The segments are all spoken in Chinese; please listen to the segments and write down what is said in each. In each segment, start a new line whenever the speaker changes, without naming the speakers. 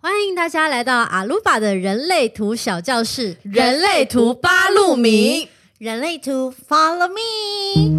欢迎大家来到阿鲁巴的人类图小教室，
人类图八路迷，
人类图 Follow Me。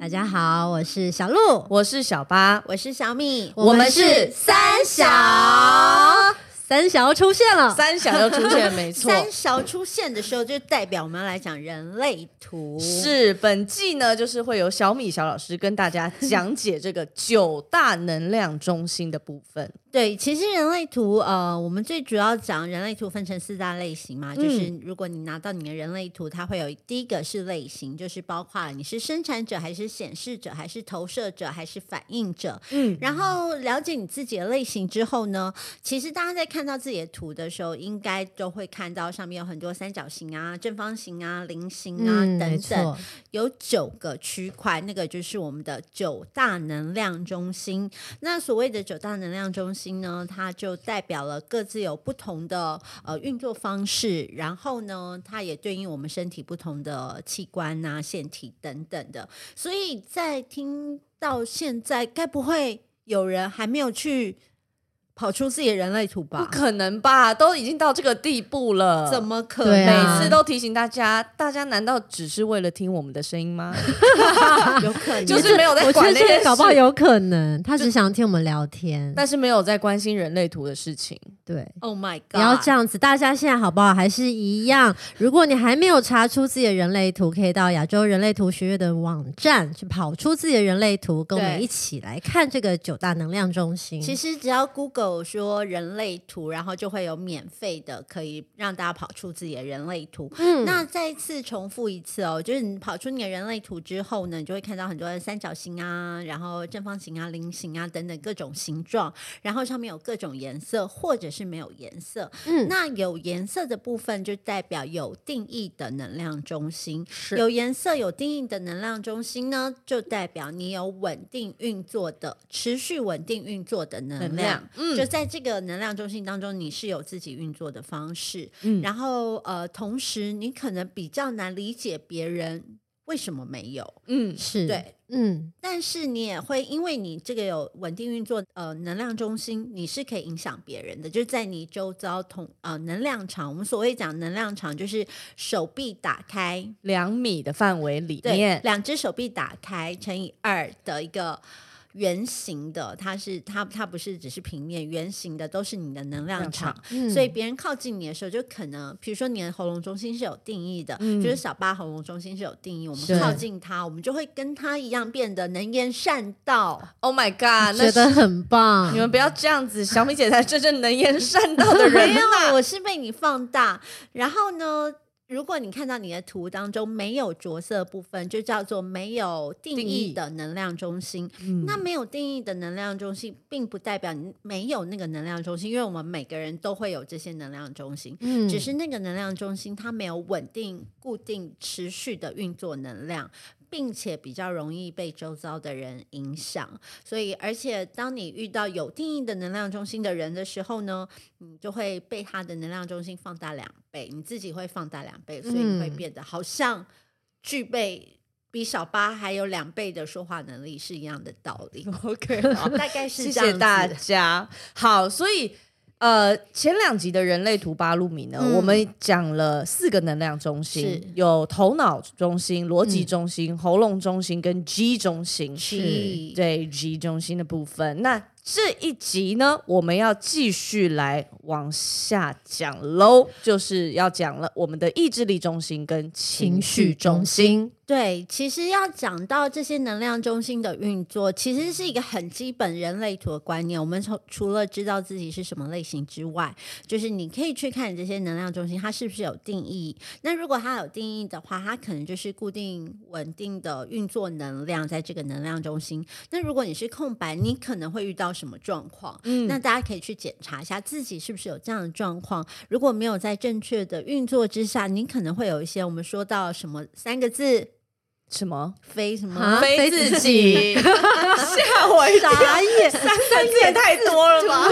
大家好，我是小鹿，
我是小八，
我是小米，
我们是三小
三小出现了，
三小又出现，没
嗯
错。
三小出现的时候，就代表我们要来讲人类图。
是本季呢，就是会有小米小老师跟大家讲解这个九大能量中心的部分。
对，其实人类图，呃，我们最主要讲人类图分成四大类型嘛，就是如果你拿到你的人类图，它会有第一个是类型，就是包括你是生产者还是显示者，还是投射者，还是反应者。
嗯，
然后了解你自己的类型之后呢，其实大家在看到自己的图的时候，应该都会看到上面有很多三角形啊、正方形啊、菱形
嗯
啊、
没
等等。
错，
有九个区块，那个就是我们的九大能量中心。那所谓的九大能量中心呢，它就代表了各自有不同的呃运作方式，然后呢，它也对应我们身体不同的器官啊、腺体等等的。所以在听到现在，该不会有人还没有去跑出自己的人类图
不
吧？
可能吧？都已经到这个地步了，
怎？么可
对
能？
啊
每次都提醒大家，大家难道只是为了听我们的声音吗？
有可能
就是没有在
我觉
管
得
那些
这
事
个搞不好有可能，他只想听我们聊天，
但是没有在关心人类图的事情。
对。
Oh my God！
不要这样子，大家现在好不好？还是一样。如果你还没有查出自己的人类图，可以到亚洲人类图学院的网站去跑出自己的人类图，跟我们
对
一起来看这个九大能量中心。
其实只要 Google 说人类图，然后就会有免费的，可以让大家跑出自己的人类图。
嗯
那再次重复一次哦，就是你跑出你的人类图之后呢，你就会看到很多的三角形啊，然后正方形啊、菱形啊等等各种形状，然后上面有各种颜色，或者是没有颜色。
嗯
那有颜色的部分就代表有定义的能量中心，
是
有颜色、有定义的能量中心呢，就代表你有稳定运作的、持续稳定运作的能量。
能量，
就
嗯，
在这个能量中心当中，你是有自己运作的方式。
嗯
然后呃，同时你可能比较难理解别人为什么没有，
嗯，
是，
对，
嗯，
但是你也会因为你这个有稳定运作呃能量中心，你是可以影响别人的，就是在你周遭同呃能量场。我们所谓讲能量场，就是手臂打开，
两米的范围里
对
面，，
两只手臂打开乘以二的一个圆形的，它是它它不是只是平面，圆形的都是你的能量场。
嗯
所以别人靠近你的时候，就可能，比如说你的喉咙中心是有定义的，
嗯
就是小八喉咙中心是有定义，我
是
们靠近它，我们就会跟它一样变得能言善道。
Oh my god！那
觉得很棒
你。们不要这样子，小米姐才真正能言善道的 人
没
呐、
有，我是被你放大。然后呢，如果你看到你的图当中没有着色部分，就叫做没有定
定
义
义
的能量中心。
嗯
那没有定义的能量中心，并不代表你没有那个能量中心，因为我们每个人都会有这些能量中心，
嗯
只是那个能量中心它没有稳定、固定、持续的运作能量。并且比较容易被周遭的人影响，所以而且当你遇到有定义的能量中心的人的时候呢，你就会被他的能量中心放大两倍，你自己会放大两倍，所以你会
嗯
变得好像具备比小八还有两倍的说话能力是一样的道理。
OK，好
大概是
谢
这样
谢
子
大家。好，所以呃，前两集的人类图八路米呢，
嗯
我们讲了四个能量中心
是，
有头脑中心、逻辑
嗯
中心、喉咙中心跟 G 中心。
是
对 G 中心的部分，那这一集呢，我们要继续来往下讲喽，就是要讲了我们的意志力中心跟情绪中心。，
对，其实要讲到这些能量中心的运作，其实是一个很基本人类图的观念。我们从除了知道自己是什么类型之外，就是你可以去看你这些能量中心，它是不是有定义。那如果它有定义的话，它可能就是固定稳定的运作能量在这个能量中心。那如果你是空白，你可能会遇到什么状况。
嗯
那大家可以去检查一下自己是不是有这样的状况。如果没有在正确的运作之下，你可能会有一些我们说到什么三个字
什么？
非什
啊
么
非自己
吓我一跳！
傻眼，
三三字也太多了吧？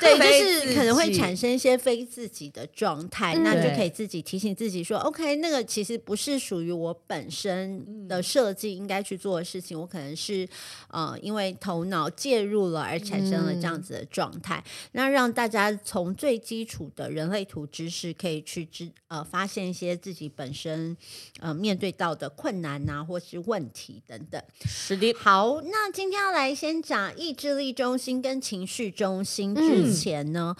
对，
非
就
自
是可能会
己
产生一些非自己的状态，
嗯
那就
对
可以自己提醒自己说，OK，那个其实不是属于我本身的设计应该去做的事情，我可能是呃因为头脑介入了而产生了这样子的状态。那让大家从最基础的人类图知识可以去知呃发现一些自己本身呃面对到的困难呐、或是问题等等。
实力
好，那今天要来先讲意志力中心跟情绪中心之前呢。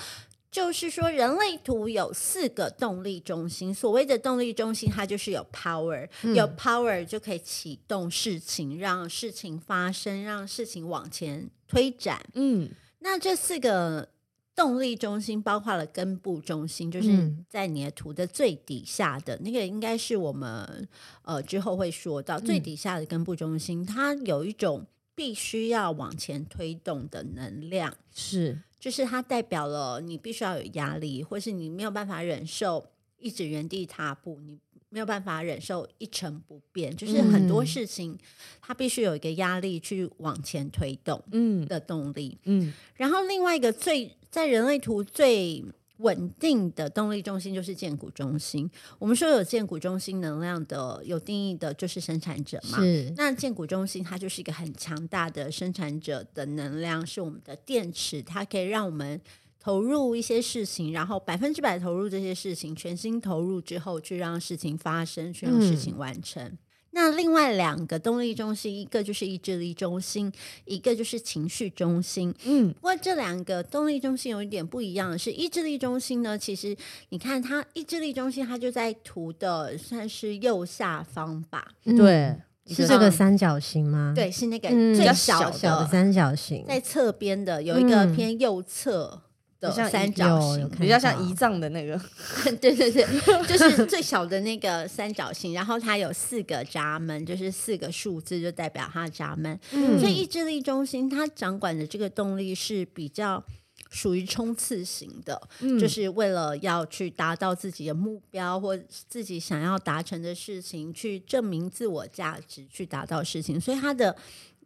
就是说，人类图有四个动力中心。所谓的动力中心，它就是有 power，、有 power 就可以启动事情，让事情发生，让事情往前推展。
嗯，
那这四个动力中心包括了根部中心，就是
嗯
在你的图的最底下的、那个，应该是我们呃之后会说到
嗯
最底下的根部中心，它有一种必须要往前推动的能量，
是
就是它代表了你必须要有压力，或是你没有办法忍受一直原地踏步，你没有办法忍受一成不变，就是很多
嗯
事情它必须有一个压力去往前推动
嗯
的动力。
嗯
然后另外一个最在人类图最稳定的动力中心就是建骨中心。我们说有建骨中心能量的有定义的就是生产者嘛。
是
那建骨中心它就是一个很强大的生产者的能量，是我们的电池，它可以让我们投入一些事情，然后百分之百投入这些事情，全心投入之后去让事情发生，去让事情完成。那另外两个动力中心，一个就是意志力中心，一个就是情绪中心。
嗯
不过这两个动力中心有一点不一样的是，意志力中心呢，其实你看它意志力中心，它就在图的算是右下方吧，
嗯
对，
是
一
这
个
个三角形吗？，
对，是那个
嗯
最
比较
小的，
小的三角形，
在侧边的有一个
嗯
偏右侧的
像
三
一
角
有有
形，
看
比较像胰脏的那个，
对对对，就是最小的那个三角形，然后它有四个闸门，就是四个数字就代表它的闸门。
嗯
所以意志力中心它掌管的这个动力是比较属于冲刺型的，
嗯
就是为了要去达到自己的目标或自己想要达成的事情，去证明自我价值，去达到事情。所以它的。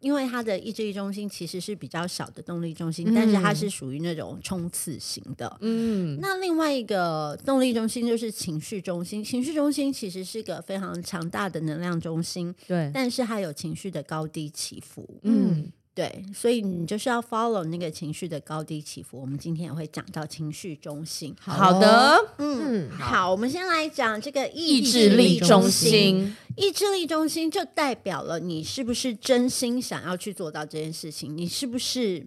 因为它的意志力中心其实是比较小的动力中心，但是它
嗯
是属于那种冲刺型的，
嗯
那另外一个动力中心就是情绪中心，情绪中心其实是个非常强大的能量中心，
对，
但是它有情绪的高低起伏。
嗯
对，所以你就是要 follow 那个情绪的高低起伏。我们今天也会讲到情绪中心。
好的，
嗯，
嗯
好，我们先来讲这个
意志力中心，
意志力中心就代表了你是不是真心想要去做到这件事情，你是不是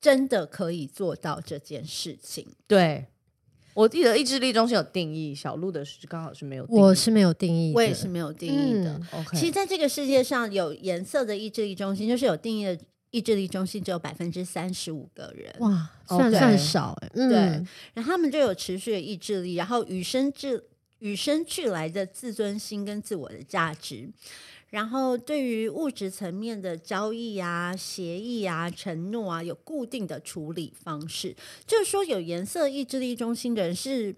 真的可以做到这件事情。
对。我记得意志力中心有定义，小鹿的是刚好是没有定义。
我是没有定义的，
我也是没有定义的。
嗯
OK，
其实，在这个世界上，有颜色的意志力中心，就是有定义的意志力中心，只有百分之三十五个人。
哇，
哦
算
对
算少哎，嗯，
然后他们就有持续的意志力，然后与生俱与生俱来的自尊心跟自我的价值，然后对于物质层面的交易啊、协议啊、承诺啊，有固定的处理方式。就是说，有颜色意志力中心的人是。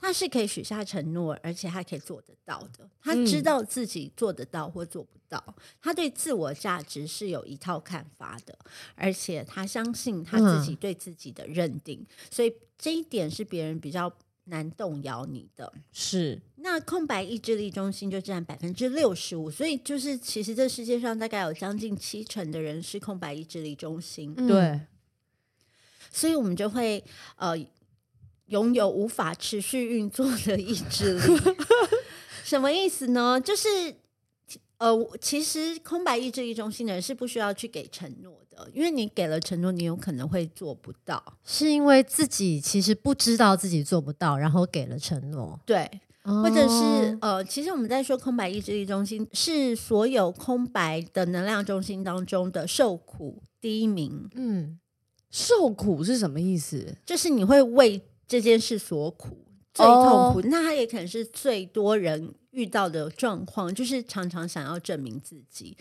他是可以许下承诺，而且他可以做得到的。他知道自己做得到或做不到，他对自我价值是有一套看法的，而且他相信他自己对自己的认定。所以这一点是别人比较难动摇你的。
是
那空白意志力中心就占百分之六十五，所以就是其实这世界上大概有将近七成的人是空白意志力中心，
嗯，
对，
所以我们就会呃拥有无法持续运作的意志力。什么意思呢？就是呃，我其实空白意志力中心的人是不需要去给承诺的，因为你给了承诺，你有可能会做不到。
是因为自己其实不知道自己做不到，然后给了承诺，
对，
嗯
或
或者是呃，其实我们在说空白意志力中心是所有空白的能量中心当中的受苦第一名，
嗯，
受苦是什么意思？
就是你会为这件事所苦，最
哦
痛苦，那它也可能是最多人遇到的状况，就是常常想要证明自己，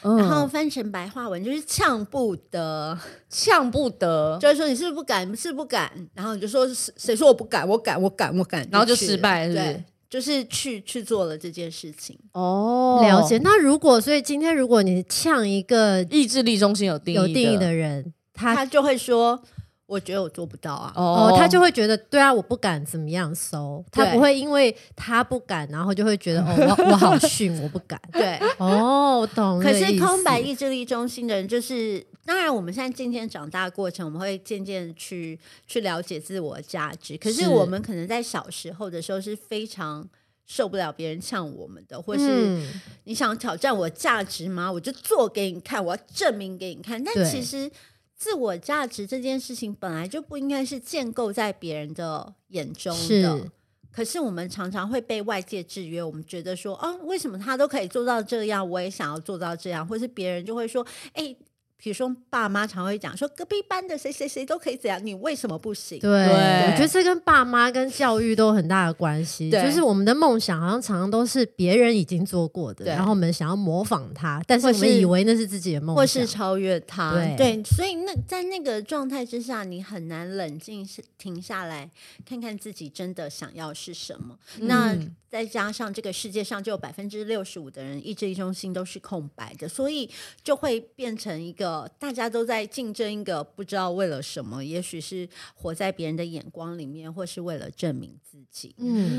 嗯
然后翻成白话文就是呛不得，
呛不得，
就是说你是不是不敢，是不敢，然后你就说是谁说我不敢，我敢，我敢，我敢，
然后就
去
失
了
败是不是
对，就是去去做了这件事情。
哦
了解。。那如果所以今天如果你呛一个
意志力中心有定义
有定义的人，他
他就会说：“我觉得我做不到啊。
哦
哦，，
他就会觉得对啊，我不敢怎么样搜，他
对
不会因为他不敢，然后就会觉得哦，我我好逊，我不敢。
对，
哦，我懂了
可
意思。
是空白意志力中心的人，就是当然我们现在渐渐长大的过程，我们会渐渐去去了解自我价值。可是
是
我们可能在小时候的时候是非常。受不了别人呛我们的，或是
嗯
你想挑战我价值吗？我就做给你看，我要证明给你看。但
对
其实自我价值这件事情本来就不应该是建构在别人的眼中的，
是
可是我们常常会被外界制约，我们觉得说，哦，为什么他都可以做到这样，我也想要做到这样，或是别人就会说，哎、比如说爸妈常会讲说，隔壁班的谁谁谁都可以怎样，你为什么不行？
对，
对
我觉得这跟爸妈跟教育都有很大的关系。
对
就是我们的梦想好像常常都是别人已经做过的，
对
然后我们想要模仿他，但是
或
我
是
们以为那是自己的梦
或
想
是。超越他，
对
所以那在那个状态之下，你很难冷静是停下来，看看自己真的想要是什么。那
嗯
再加上这个世界上就有百分之六十五的人意志力中心都是空白的，所以就会变成一个大家都在竞争一个不知道为了什么，也许是活在别人的眼光里面，或是为了证明自己。
嗯，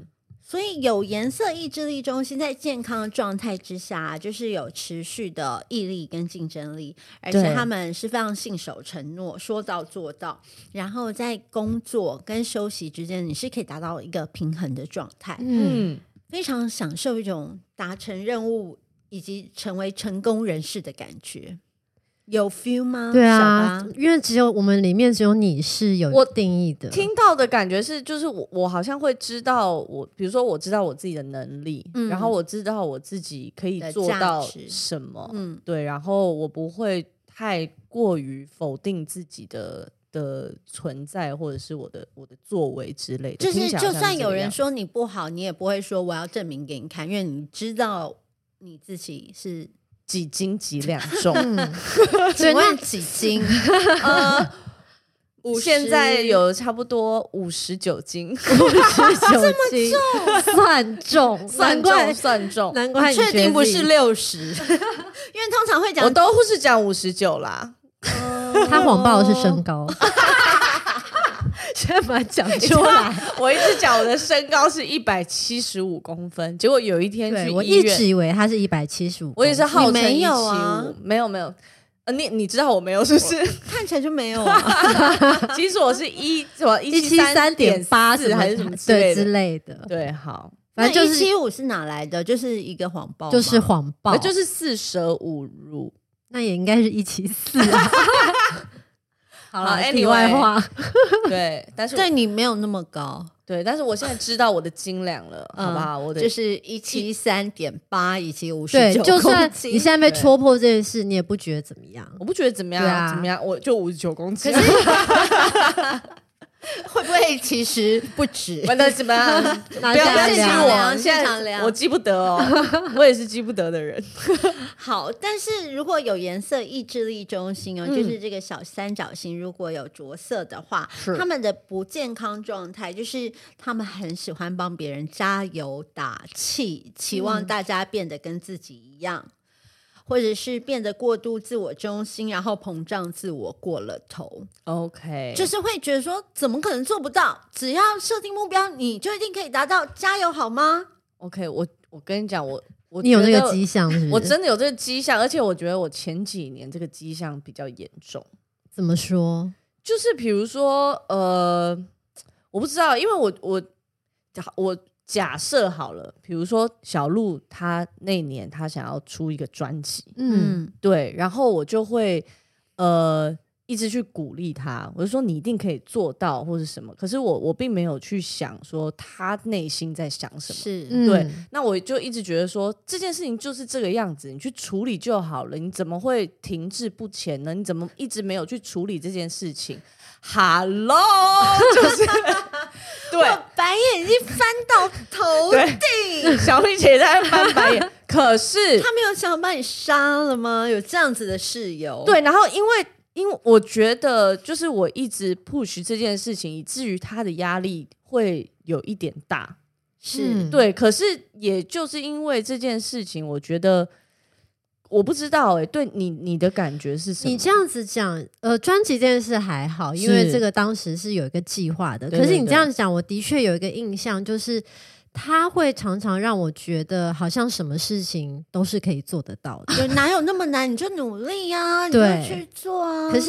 嗯，
所以有颜色意志力中心在健康的状态之下，就是有持续的毅力跟竞争力，而且
对
他们是非常信守承诺，说到做到。然后在工作跟休息之间，你是可以达到一个平衡的状态，
嗯，
非常享受一种达成任务以及成为成功人士的感觉。有 feel
嗯
吗？
对
小
啊
巴，，
因为只有我们里面只有你是有
我
定义的，
听到的感觉是，就是我我好像会知道我，比如说我知道我自己的能力，
嗯
然后我知道我自己可以
的
做
价
到
值
什么，
嗯，
对，然后我不会太过于否定自己的的存在，或者是我的我的作为之类的。
就
听
是
起来好
就
像
算
这
有
个
人
样子
说你不好，你也不会说我要证明给你看，因为你知道你自己是
几斤几 两重，
嗯，
请
对那
问几 斤？
呃，
五
现在
十
有差不多五十九斤，
五十九斤， 算 重，
算
难怪
重算重，
难怪你
确定不是
觉得自己
六十？因为通常会
我
讲
都是讲五十九 啦。
他谎报的是
哦
身高，
哦
现在把 它讲出来。
我一直讲我的身高是一百七十五公分，结果有一天去
对，我
医
一
院，
直以为他是一百七十五，
我也是号
你
称
没
一七
有啊
五，没有没有。呃，你你知道我没有是不是？
看起来就没有啊，
其实我是一什么一
一七三点
点
八
四还是什么之类
对之
的。
类的，
对，好，
反正就
七
是
五是哪来的？就是一个谎报吗，
就是谎报，
呃就是四舍五入。
那也应该是一七 四。好
好
了，
，anyway
题外话，
对，但是
对
对
你没有那么高，
对，但是我现在知道我的斤两了，
嗯
好不好？我的
就是一七三点八以及五
对
十，九
就算
公
你
斤
现。在被戳破这件事，你也不觉得怎么样。
我不觉得怎么样，
对啊
怎么样，我就五十九公斤。啊
会不会其实不止？
我的怎么样？
拿
不要
下
不要
来
激
量
我，
现
现
场量
在我记不得哦， 我也是记不得的人。
好，但是如果有颜色意志力中心哦，
嗯
就是这个小三角形，如果有着色的话，他们的不健康状态就是他们很喜欢帮别人加油打气，期
嗯
望大家变得跟自己一样。或者是变得过度自我中心，然后膨胀自我过了头，
OK，
就是会觉得说，怎么可能做不到？只要设定目标，你就一定可以达到，加油好吗？
OK，我我跟你讲，我我
你有那
觉
个
得
迹象是不是？
我真的有这个迹象，而且我觉得我前几年这个迹象比较严重，
怎么说？
就是比如说呃，我不知道，因为我我我假设好了，比如说小鹿他那年他想要出一个专辑，
嗯，
对，然后我就会呃一直去鼓励他，我就说你一定可以做到或是什么，可是我我并没有去想说他内心在想什么。
是，
嗯
对，那我就一直觉得说这件事情就是这个样子，你去处理就好了，你怎么会停滞不前呢？你怎么一直没有去处理这件事情？Hello，就是 对
我白眼已经翻到头
对
顶。
小丽姐在翻白眼，可是
他没有想把你杀了吗？有这样子的室
哦
友，，
对，然后因为因为我觉得就是我一直 push 这件事情，以至于他的压力会有一点大。
是、
嗯
对，可是也就是因为这件事情，我觉得我不知道哎、对你你的感觉是什么？
你这样子讲，呃，专辑这件事还好，因为
是
这个当时是有一个计划的。
对
可是
对
你
对
这样讲，我的确有一个印象，就是他会常常让我觉得好像什么事情都是可以做得到的。
有哪有那么难？你就努力啊，你就
对
去做啊。
可是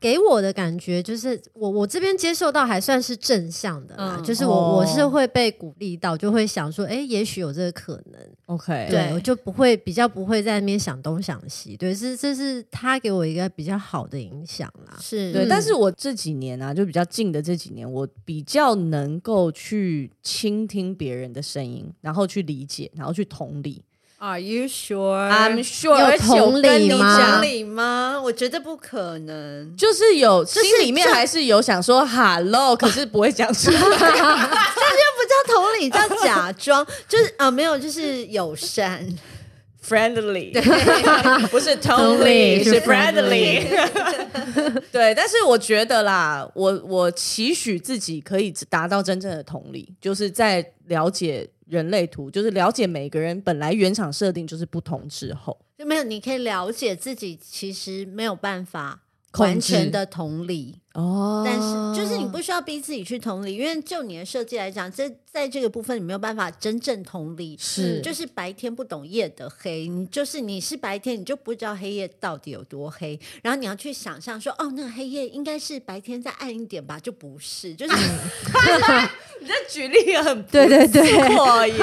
给我的感觉就是我，我这边接受到还算是正向的啦，
嗯
就是我、
哦
我是会被鼓励到，就会想说，哎、也许有这个可能，
OK，
对
对
我就不会比较不会在那边想东想西，对，是这是他给我一个比较好的影响啦。
是
对，
嗯
但是我这几年啊，就比较近的这几年，我比较能够去倾听别人的声音，然后去理解，然后去同理。
Are you sure？
I'm sure，
哎有
而且我
同
跟
理
你
你
吗
讲
讲，理吗？我觉得不可能。
就是有心
是
里面
这
还是有想说 hello，可是不会讲出 来。
不叫同理，叫假装， 就是啊、没有，就是友善。
friendly，不是 totally，
Totally，
是
是
friendly。对，但是我觉得啦，我我期许自己可以达到真正的同理，就是在了解人类图，就是了解每个人本来原厂设定就是不同之后，
就没有，你可以了解自己其实没有办法
控制
完全的同理，
哦
但是就是你不需要逼自己去同理，因为就你的设计来讲，这在这个部分你没有办法真正同理。
是
就是白天不懂夜的黑，你就是你是白天，你就不知道黑夜到底有多黑。然后你要去想象说，哦，那个黑夜应该是白天再暗一点吧，就不是，就是
你这举例很不
对对对，
错耶，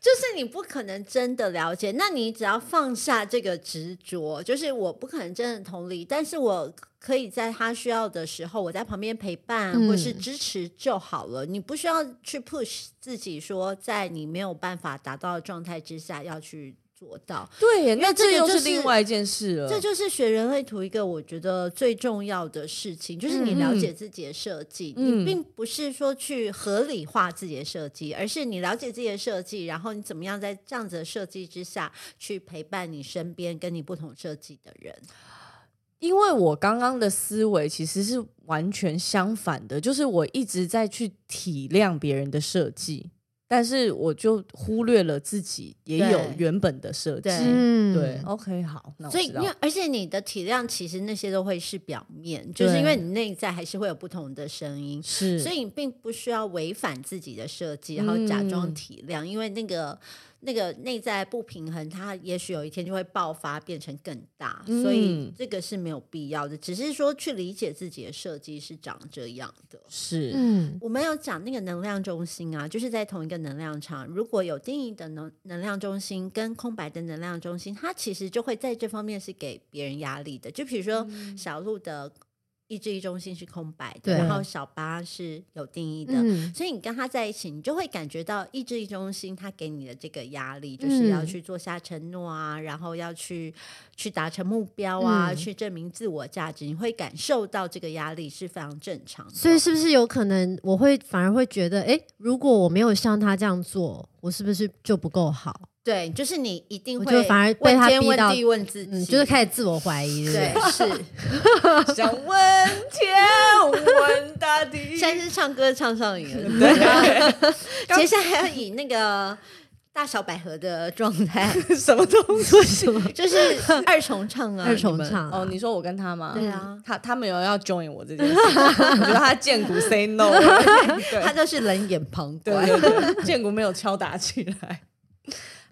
就是你不可能真的了解，那你只要放下这个执着，就是我不可能真的同理，但是我可以在他需要的时候，我在旁边陪伴
嗯
或是支持就好了。你不需要去 push 自己说，在你没有办法达到的状态之下要去做到。
对耶，那
为这
这
个
又
就是是
另外一件事了，
这就是学人类图一个我觉得最重要的事情，就是你了解自己的设计，
嗯
你并不是说去合理化自己的设计，而是你了解自己的设计，然后你怎么样在这样子的设计之下去陪伴你身边跟你不同设计的人。
因为我刚刚的思维其实是完全相反的，就是我一直在去体谅别人的设计，但是我就忽略了自己也
对
有原本的设计。
对
嗯
对，OK，好，那我
所以，
知
因
道
为而且你的体谅其实那些都会是表面，就是
对
因为你内在还是会有不同的声音，
是，
所以你并不需要违反自己的设计，然后假装
嗯
体谅，因为那个那个内在不平衡，它也许有一天就会爆发，变成更大，所以
嗯
这个是没有必要的。只是说去理解自己的设计是长这样的。
是、
嗯，
我们有讲那个能量中心啊，就是在同一个能量场，如果有定义的能能量中心跟空白的能量中心，它其实就会在这方面是给别人压力的。就比如说小鹿的意志力中心是空白
嗯对
的，然后小八是有定义的。
嗯
所以你跟他在一起，你就会感觉到意志力中心他给你的这个压力，就是要
嗯
去做下承诺啊，然后要去去达成目标啊，
嗯
去证明自我价值，你会感受到这个压力是非常正常的。
所以是不是有可能我会反而会觉得，哎、如果我没有像他这样做，我是不是就不够好？
对，就是你一定
我
会
就反而被他
问天
逼到
问地问自己，
嗯，就是开始自我怀疑，对不
对
对？，
是。
想问天问大 地，
现在是唱歌唱上瘾了， 接下来要以那个大小百合的状态，
什么东西？
就是二重唱啊，
二重
你们
唱啊
哦，你说我跟他吗？
对啊，
他他没有要 join 我这件事，我觉得他见骨 say no，对
他就是冷眼旁观。
对对对， 建国没有敲打起来。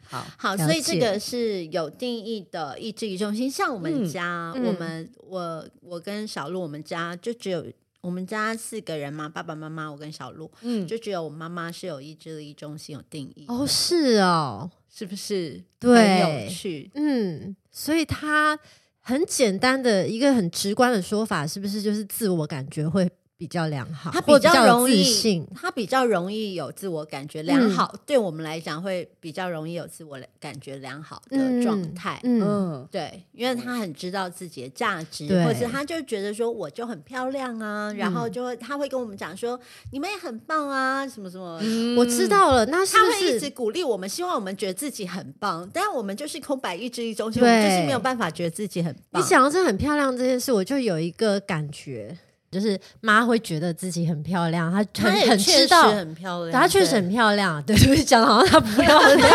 好，
好，
了
所以这
解
个是有定义的意志力中心。像我们
嗯
家，
嗯
我们我我跟小鹿，我们家就只有我们家四个人嘛，爸爸妈妈，我跟小鹿，
嗯，
就只有我妈妈是有意志力中心有定义，
哦，是哦，
是不是？很
对
有趣。
嗯，所以他很简单的一个很直观的说法，是不是就是自我感觉会比较良好，
他
或
比较
有
容
自
易
信。嗯
他比较容易有自我感觉良好，对我们来讲会比较容易有自我感觉良好的状态。
嗯，
嗯，
对，因为他很知道自己的价值，
对嗯
或者是他就觉得说我就很漂亮啊，然后就会他会跟我们讲说你们也很棒啊，什么什么。
我知道了，那嗯是
他
不
会一直
是？
鼓励我们，希望我们觉得自己很棒，但我们就是空白意志力中心，我
对
们就是没有办法觉得自己很棒。
你讲到这很漂亮这件事，我就有一个感觉，就是妈会觉得自己很漂亮，她
她
很
也
很
确
知
实
道，
很漂亮，
她确
对
实很漂亮。对，对不起，讲的好像她不 漂亮，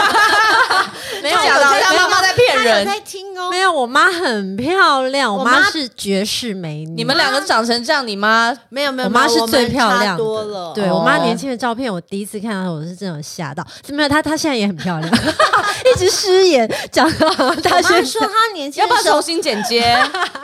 没有
讲
我
的好
在
像
没有
妈妈在骗
她有
人。
在听哦，
没有，我妈很漂亮，我
我妈
妈是绝世美女。
你们两个长成这样，你妈
没有没有，
我妈
没有
是最漂
们差
亮的
多了，
对
哦
我妈年轻的照片，我第一次看到我是真的有吓到。没有她，她现在也很漂亮， 一直失言，讲 到好像她
我妈
现
说
在
她年轻
要
的
不要
时候
重，新 剪接？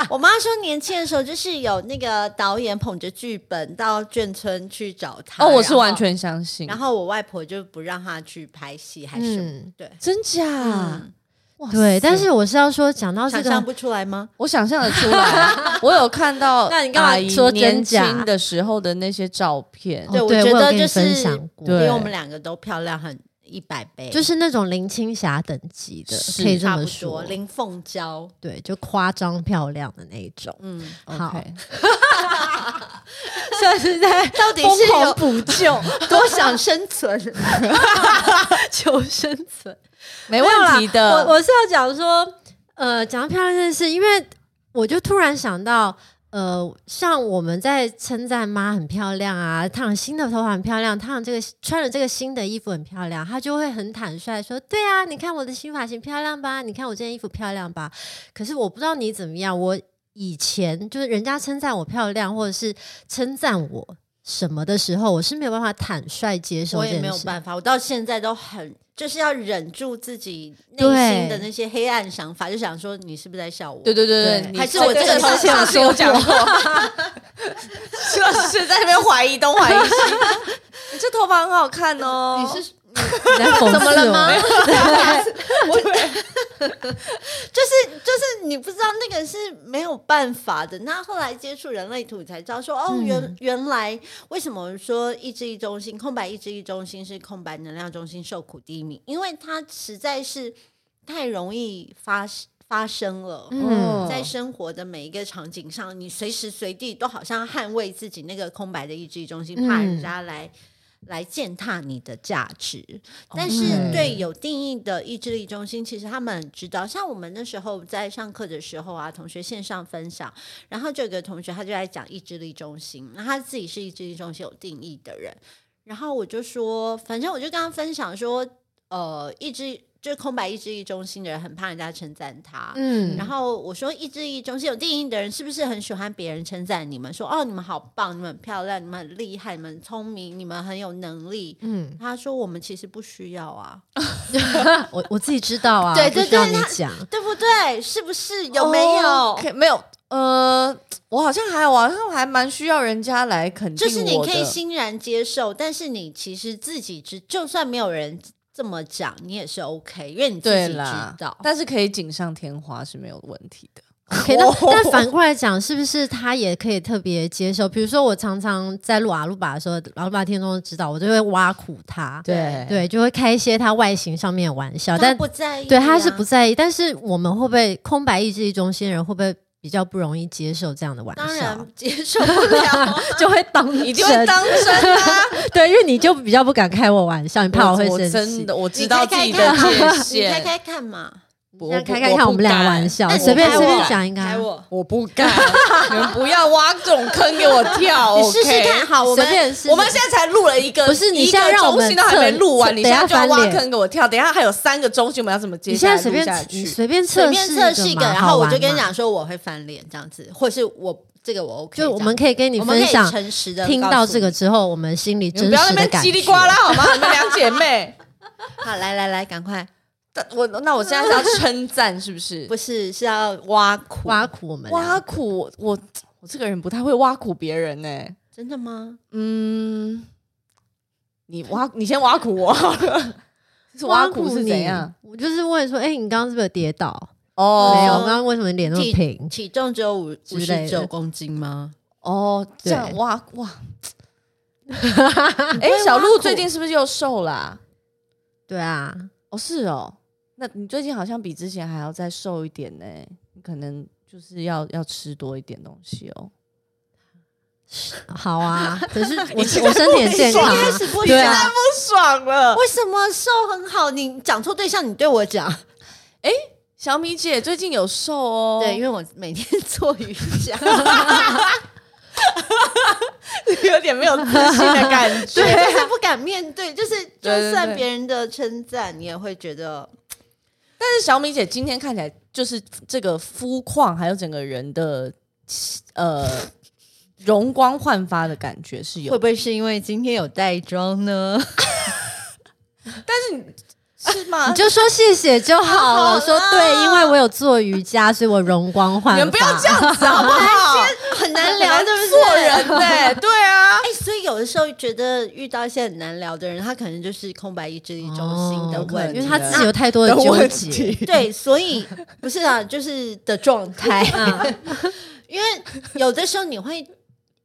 我妈说年轻的时候就是有那个导演捧着剧本到眷村去找她。
哦，我是
然后
完。全相信
然。后我外婆就不让她去拍戏，还是、
嗯，
对
真假？
嗯，
哇
对。
塞
但是我是要说，讲到这
想
个
象不出来吗？
我想象得出来， 我有看到
那你干嘛
阿姨
说真
年
假
轻的时候的那些照片
哦，
我
对
觉
我有
得
跟
就
你分
是
享
比
过
对
我们两个都漂亮很一百倍，
就是那种林青霞等级的，
是
可以这
差不
么
多
说。
林凤 娇，
对，就夸张漂亮的那一种。
嗯，
好
OK
算是在
到底
疯
是
狂
有
补 救、
多想生存？
求生存，
没问题
呃
我
的。
我是要讲说，呃，讲到漂亮这件事，因为我就突然想到，呃，像我们在称赞妈很漂亮啊，烫新的头发很漂亮，烫这个穿了这个新的衣服很漂亮，她就会很坦率说，对啊，你看我的新发型漂亮吧，你看我这件衣服漂亮吧。可是我不知道你怎么样，我以前就是人家称赞我漂亮，或者是称赞我。什么的时候，我是没有办法坦率接受
我
这件
也
事。
没有办法，我到现在都很就是要忍住自己内
对
心的那些黑暗想法，就想说你是不是在笑我？
对对对
对
对，你
还是我这个
上
之前有
上次有讲过， 就是在那边怀疑东怀疑西。你这头发很好看哦，
你是
你在
怎
讽
么
刺
了
我
吗？
吗？
就是就是你不知道那个是没有办法的。那后来接触人类图，你才知道说哦，
嗯
原原来为什么说意志力中心、空白意志力中心是空白能量中心受苦第一名，因为它实在是太容易发发生了。
嗯
在生活的每一个场景上，你随时随地都好像捍卫自己那个空白的意志力中心，
嗯
怕人家来、来践踏你的价值。但是
嗯
对有定义的意志力中心，其实他们很知道。像我们那时候在上课的时候啊，同学线上分享，然后就有个同学他就在讲意志力中心，那他自己是意志力中心有定义的人，然后我就说，反正我就跟他分享说，呃，意志就是空白意志力中心的人很怕人家称赞他，
嗯
然后我说，意志力中心有定义的人是不是很喜欢别人称赞你们？说哦，你们好棒，你们很漂亮，你们很厉害，你们很聪明，你们很有能力。
嗯，
他说我们其实不需要啊，
我我自己知道啊，
对
不
对
需要
对
你
他
讲，
对不对？是不是有没有？
哦可以没有，呃，我好像还好，我好像还蛮需要人家来肯定
就
我的。
是你可以欣然接受，但是你其实自己知，就算没有人这么讲，你也是 OK，因为你自
对
己知
啦
道，。
但是可以锦上添花是没有问题的。 哦
可以，但但反过来讲，是不是他也可以特别接受？比如说，我常常在录阿鲁巴的时候，阿鲁巴听众都知道，我就会挖苦他，
对
对，就会开一些他外形上面的玩笑，
他
但
不在意、啊，
对他是不在意。但是我们会不会空白意志力中心的人会不会比较不容易接受这样的玩
当
笑？
然接受不了。 啊
就会当
一定会
真
当真 啊！
对，因为你就比较不敢开我玩笑，你怕
我
会
我
生气
真。的我知
你
道
开
自
开
己的
看嘛
界
你开
限，
开看嘛。
我
那
不
开开看我们俩玩，笑
那，你
随便
开
随便
我
讲一个啊，
开我。
我不敢，我不敢你们不要挖这种坑给我跳，
你试试
OK？
看，好，我
随
们
便试
我们现在才录了一个，
不是你
一个
现在让我们
中心都还没录
测
完，你现在就要
等一下
挖
翻脸
坑给我跳，等一下还有三个中心，我们要怎么接
你
下
现
来
在随
录
便
下
你
去？
随便测
随
试
便测试一个，
嘛
然
好
后我
玩
就跟你
嘛
讲说我会翻脸这样子，或是我这个我 OK，
就我们
这样
可以跟你
我们
分
可以
享，
诚实的
听到这个之后，我们心里
你
真
们
实
不要那
的
边
感
叽
觉。
里呱啦好吗？你们两姐妹，
好，来来来，赶快，
但我那我现在是要称赞是不 是？
不是是要挖苦，
挖苦我们俩
挖苦我我我这个人不太会挖苦别人呢、
真的吗？
嗯，你挖你先挖苦我好了， 是挖苦是怎样？？
你我就是问说，哎、你刚刚是不是有跌倒？
哦
没有，
哦
刚刚为什么你脸那么
体
平？
体重只有五
之
五
类
十
的
九公斤吗？
哦，这样
对
哇哇， 哎、小鹿最近是不是又瘦啊啦、
对啊，
哦，是哦，那你最近好像比之前还要再瘦一点呢，你可能就是要要吃多一点东西哦。
好啊，可是我是我身体很健康、啊
开始，不
对啊
一样，
不爽了，
为什么瘦很好？你讲错对象，你对我讲。
小米姐最近有瘦哦。
对，因为我每天做瑜伽，
为 有点没有自信的感
对，就是不敢面对，就是就
对对
算
对
别人的称赞，你也会觉得
但是小米姐今天看起来就是这个肤况，还有整个人的呃容光焕发的感觉是有
会不会是因为今天有带妆呢？
是吗
你就说谢谢就好了。
啊
好啦
说对，因为我有做瑜伽，所以我容光焕
你
发。
们不要这样子好不好？
很难聊，对不对？
做人呢、对啊，
哎、所以有的时候觉得遇到一些很难聊的人，他可能就是空白意志力中心的
哦
问
因
题，
为他 自己有太多的
啊的
纠
问
结。
题
对，所以不是啊，就是的状态，
嗯
因为有的时候你会。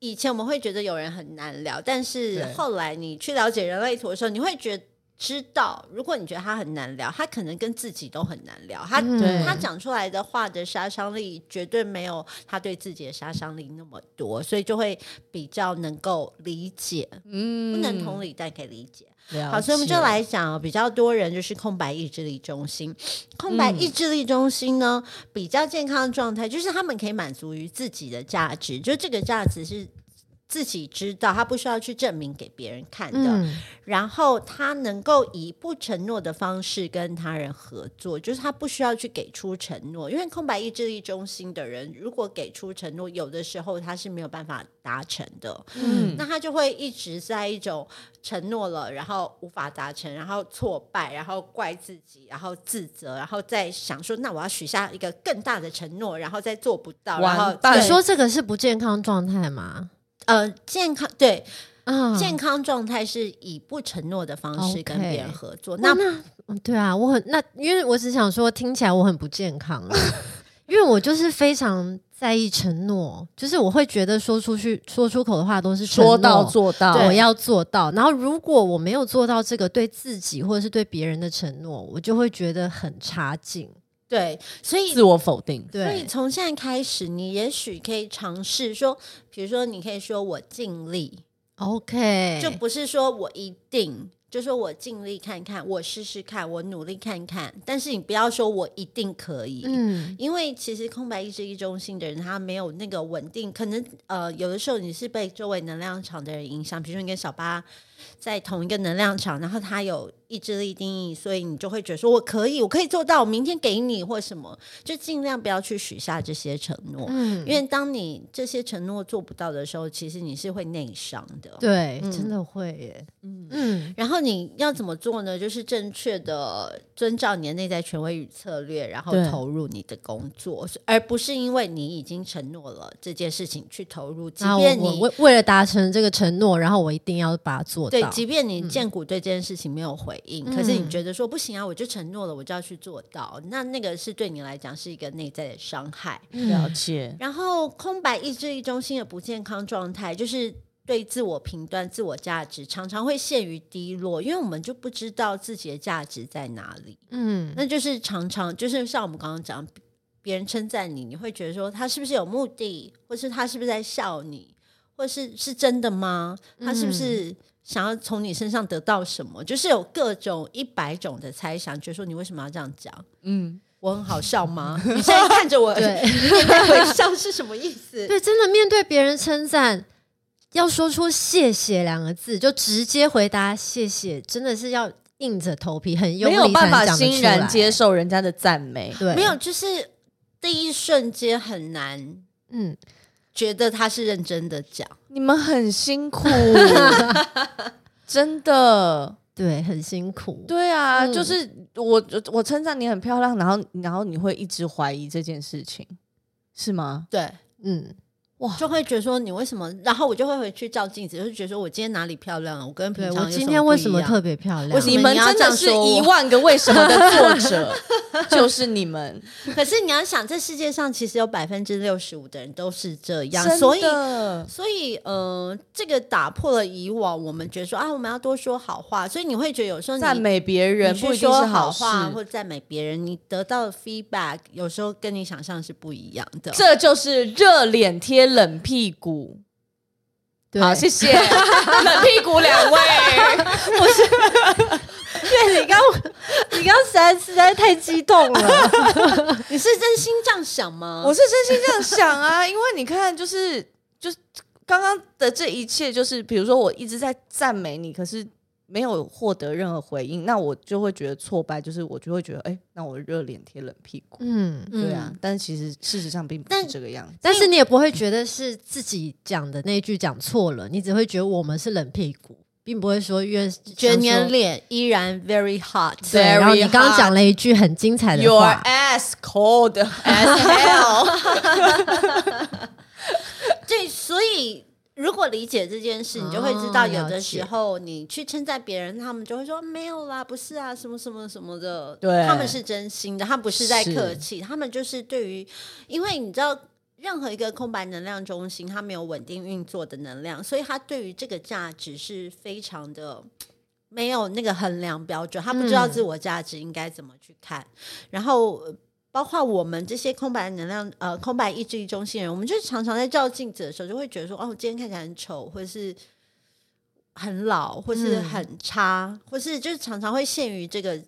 以前我们会觉得有人很难聊，但是
对
后来你去了解人类图的时候，你会觉知道，如果你觉得他很难聊，他可能跟自己都很难聊。他、
嗯
对
他讲出来的话的杀伤力绝对没有他对自己的杀伤力那么多，所以就会比较能够理解，
嗯
不能同理但可以理嗯解。
了
好，所以我们就
解嗯
来讲哦，比较多人就是空白意志力中心。空白意志力中心呢，比较健康的状态就是他们可以满足于自己的价值，就这个价值是自己知道，他不需要去证明给别人看的。
嗯，
然后他能够以不承诺的方式跟他人合作，就是他不需要去给出承诺，因为空白意志力中心的人，如果给出承诺，有的时候他是没有办法达成的，
嗯
那他就会一直在一种承诺了，然后无法达成，然后挫败，然后怪自己，然后自责，然后再想说，那我要许下一个更大的承诺，然后再做不到，然后
完蛋
你
对
说这个是不健康状态吗？
呃健康对
啊，
健康状态是以不承诺的方式跟
OK
别人合作。
那
那
那嗯对啊，我很那，因为我只想说，听起来我很不健康啊， 因为我就是非常在意承诺，就是我会觉得说出去说出口的话都是承
说到
诺
做到，
对
我要做到。然后如果我没有做到这个对自己或者是对别人的承诺，我就会觉得很差劲。
对，所以
自我否定。
所以
对，
从现在开始，你也许可以尝试说，比如说，你可以说我尽力，
，OK，
就不是说我一定，就说我尽力看看，我试试看，我努力看看。但是你不要说我一定可以，
嗯，
因为其实空白意志力中心的人，他没有那个稳定，可能呃，有的时候你是被周围能量场的人影响，比如说你跟小八在同一个能量场，然后他有意志力定义，所以你就会觉得说我可以，我可以做到，我明天给你或什么，就尽量不要去许下这些承诺，
嗯
因为当你这些承诺做不到的时候，其实你是会内伤的。
对，
嗯
真的会耶，
嗯
嗯
然后你要怎么做呢？就是正确的遵照你的内在权威与策略，然后
对
投入你的工作，而不是因为你已经承诺了这件事情去投入，即
那啊我
便
我
你
为为了达成这个承诺，然后我一定要把它做
对，
到。
即便你建股对这件事情没有回应，
嗯
可是你觉得说不行啊，我就承诺了，我就要去做到，那那个是对你来讲是一个内在的伤害。
了解，
然后空白意志力中心的不健康状态，就是对自我评断、自我价值常常会陷于低落，因为我们就不知道自己的价值在哪里。
嗯，
那就是常常就是像我们刚刚讲，别人称赞你，你会觉得说他是不是有目的，或是他是不是在笑你，或是是真的吗？他是不是想要从你身上得到什么？就是有各种一百种的猜想，觉得说你为什么要这样讲？
嗯，
我很好笑吗？ 你现在看着我，
对。
你在微笑是什么意思？
对，真的面对别人称赞，要说出“谢谢”两个字，就直接回答“谢谢”，真的是要硬着头皮，很用
没
力
有办
才
法
讲得
欣
出
然
来
接。受人家的赞美。
对，
没有，，就是第一瞬间很难
嗯，
觉得他是认真的讲。
你们很辛苦，真的。
对，很辛苦。
对啊，
嗯
就是我我称赞你很漂亮，然后然后你会一直怀疑这件事情，是吗？
对，
嗯，哇，
就会觉得说你为什么？然后我就会回去照镜子，就会觉得说我今天哪里漂亮了？我跟平
对
常
我
有
今天为什
不
么
一样
特别漂亮？
为什么
你们真的是一万个为什么的作者，就是你们，
可是你要想，这世界上其实有百分之六十五的人都是这样，
真
所以。
的
所以，呃，这个打破了以往我们觉得说啊，我们要多说好话，所以你会觉得有时候你
赞美别人
你
不
去
一定是
说
好事，
话或赞美别人，你得到的 feedback 有时候跟你想象是不一样的。
这就是热脸贴冷屁股。
对
好，谢 谢冷屁股两位。
对你刚，你刚实在实在太激动了，你是真心这样想吗？
我是真心这样想啊， 因为你看、就是，就是刚刚的这一切，就是比如说我一直在赞美你，可是没有获得任何回应，那我就会觉得挫败，就是我就会觉得，哎、那我热脸贴冷屁股。
嗯，
对啊，但是其实事实上并不是
但
这个样子。
但是你也不会觉得是自己讲的那句讲错了，你只会觉得我们是冷屁股，并不会说因为
觉得你的
想说
脸依然 very hot，
对。然后你
Very
刚刚
hot
讲了一句很精彩的
Your
话，
ass cold as hell。
对，所以如果理解这件事，你就会知道，
哦
有的
了解
时候你去称赞别人，他们就会说没有啦，不是啊，什么什么什么的。
对
他们是真心的，他不是在
是
客气，他们就是对于，因为你知道。任何一个空白能量中心，它没有稳定运作的能量，所以它对于这个价值是非常的没有那个衡量标准，他不知道
嗯
自我价值应该怎么去看。然后呃包括我们这些空白能量呃空白意志力中心人，我们就是常常在照镜子的时候，就会觉得说，哦，我今天看起来很丑，或是很老，或是
嗯
很差，或是就是常常会陷于这个。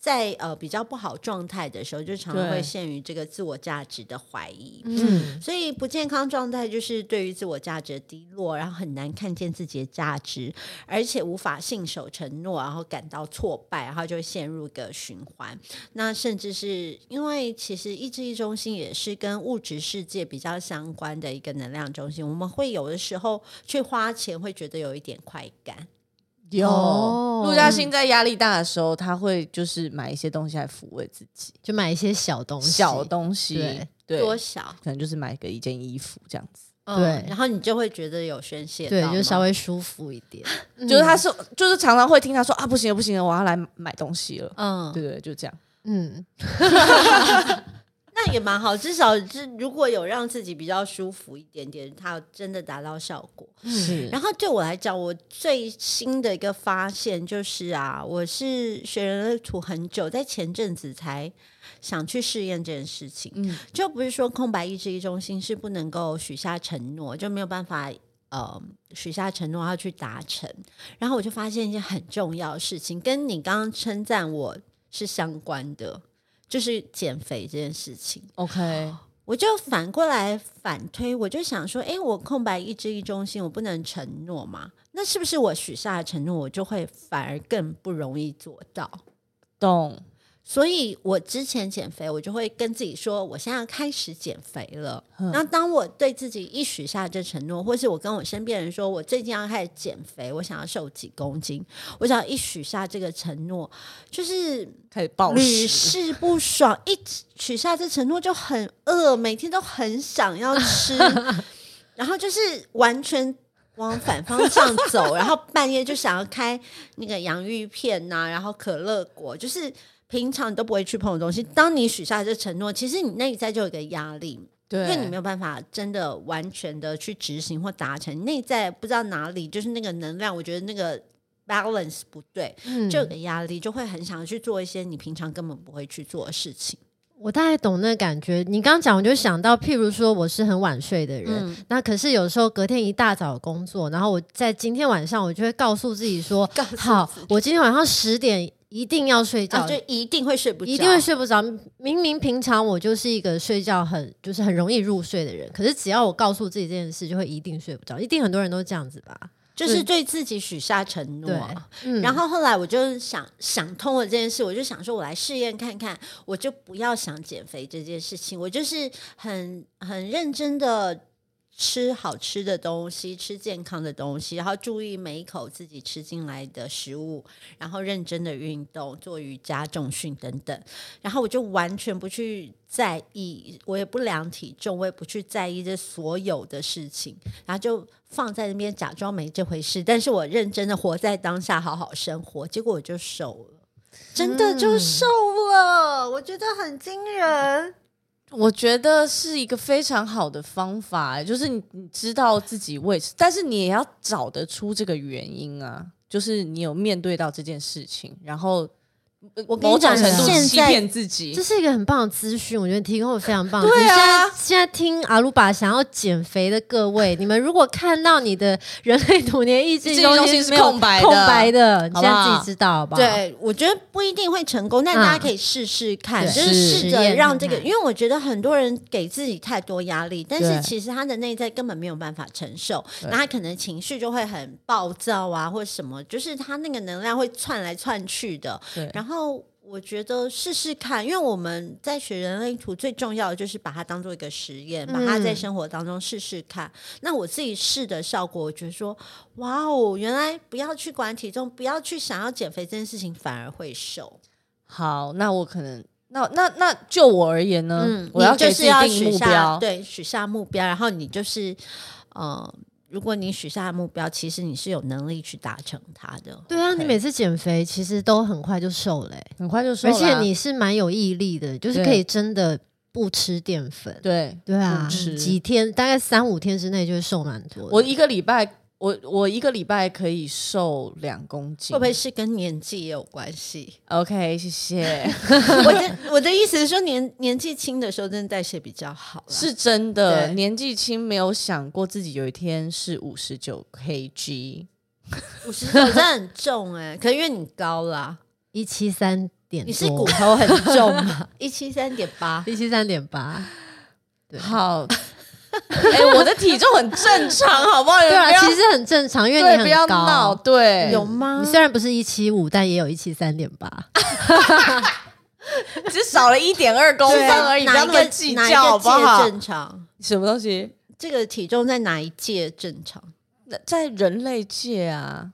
在呃比较不好状态的时候，就常常
对
会陷于这个自我价值的怀疑。
嗯，
所以不健康状态就是对于自我价值的低落，然后很难看见自己的价值，而且无法信守承诺，然后感到挫败，然后就陷入一个循环。那甚至是因为其实意志力中心也是跟物质世界比较相关的一个能量中心，我们会有的时候去花钱会觉得有一点快感。
有
哦
陆嘉欣在压力大的时候，他会就是买一些东西来抚慰自己，
就买一些小东西，
小东西
对，
对，
多
可
少？
能就是买个一件衣服这样子。
嗯
对
然后你就会觉得有宣泄到
对
吗，，
就稍微舒服一 点。
就是他是，就是常常会听他说啊，不行了，不行了，我要来买东西了。
嗯，
对对，就这样。
嗯，
那也蛮好，至少是如果有让自己比较舒服一点点，它真的达到效果。
是
然后对我来讲，我最新的一个发现就是啊，我是学人类图很久，在前阵子才想去试验这件事情。
嗯
就不是说空白意志力中心是不能够许下承诺，就没有办法呃许下承诺要去达成。然后我就发现一件很重要的事情，跟你刚刚称赞我是相关的，就是减肥这件事情。
，OK，
我就反过来反推，我就想说，诶，我空白意志力中心，我不能承诺嘛？那是不是我许下的承诺，我就会反而更不容易做到？
懂。
所以我之前减肥，我就会跟自己说，我现在要开始减肥了。
嗯
那当我对自己一许下这承诺，或是我跟我身边人说我最近要开始减肥，我想要瘦几公斤，我只要一许下这个承诺，就是
开始暴
屡
食，
试不爽，一许下这承诺就很饿，每天都很想要吃，然后就是完全往反方向走，然后半夜就想要开那个洋芋片呐、然后可乐果，就是平常你都不会去碰的东西。当你许下这承诺，其实你内在就有一个压力，
对，
因为你没有办法真的完全的去执行或达成，内在不知道哪里就是那个能量，我觉得那个 balance 不对，
嗯
就有个压力，就会很想去做一些你平常根本不会去做的事情。
我大概懂那感觉。你刚讲，我就想到，譬如说，我是很晚睡的人，
嗯
那可是有时候隔天一大早有工作，然后我在今天晚上，我就会告诉自己说
告诉，
好
自己，
我今天晚上十点一定要睡觉，
啊，就一定会睡不着，
一定会睡不着。明明平常我就是一个睡觉很就是很容易入睡的人，可是只要我告诉自己这件事，就会一定睡不着。一定很多人都这样子吧？
就是对自己许下承诺
对
啊。，
嗯
然后后来我就想想通了这件事，我就想说，我来试验看看，我就不要想减肥这件事情，我就是很很认真的吃好吃的东西，吃健康的东西，然后注意每一口自己吃进来的食物，然后认真的运动，做瑜伽、重训等等。然后我就完全不去在意，我也不量体重，我也不去在意这所有的事情，然后就放在那边假装没这回事。但是我认真的活在当下，好好生活。结果我就瘦了。真的就瘦了，我觉得很惊人。
我觉得是一个非常好的方法，欸就是你你知道自己为，但是你也要找得出这个原因啊，就是你有面对到这件事情，然后呃
我跟你
某种
讲
程度
现
欺
在
骗自己
这，是一个很棒的资讯，我觉得提供的非常棒。
对啊
你现在现在听阿鲁巴想要减肥的各位，你们如果看到你的人类童年意志
意志
中
中
心
心是
没有
空白的
空白的，你
好
现
不好
在自己知道好不好？，
对，我觉得不一定会成功，但大家
嗯
可以试试看，
对
就是
是
试
实
着
验
让
看
这个，
看
因为我觉得很多人给自己太多压力，但是
对
其实他的内在根本没有办法承受，
对
那他可能情绪就会很暴躁啊，或什么，就是他那个能量会窜来窜去的。
对
然后我觉得试试看，因为我们在学人类图最重要的就是把它当做一个实验，把它在
嗯
生活当中试试看。那我自己试的效果，我觉得说，哇哦，原来不要去管体重，不要去想要减肥这件事情，反而会瘦。
好，那我可能那那那就我而言呢，
嗯，
我要
你就
给
是
自己
要
定
许
目
下
标，
对许下目标，然后你就是，呃，如果你许下的目标，其实你是有能力去达成它的。
对啊，
OK
你每次减肥其实都很快就瘦了欸、
很快就说
而
了啊，
且你是蛮有毅力的，就是
对
可以真的不吃淀粉。
对
对啊
不吃，
几天大概三五天之内就会瘦蛮多的。
我一个礼拜，我我一个礼拜可以瘦两公斤，
会不会是跟年纪也有关系？
？OK，谢谢，
我的 我的意思是说年，年纪轻的时候，真的代谢比较好啦。
是真的。
对
年纪轻没有想过自己有一天是五十九 kg，
五十九真的很重哎、 可因为你高啦，
一七三点
你
多，
是骨头很重嘛，一七三点八。
一七三点八。对
好，哎、我的体重很正常，好不好？
对
你
啊，
不要
其实很正常，因为
对，
你
不要
很
闹，
高。
对，
有吗
你？虽然不是一七五，但也有一七三点八。
只少了一点二公分
对啊
而已，不
哪
要
一
那么
个
计
哪一个
较，好不
界
好？
正常？
什么东西？
这个体重在哪一届正常？
那在人类界啊，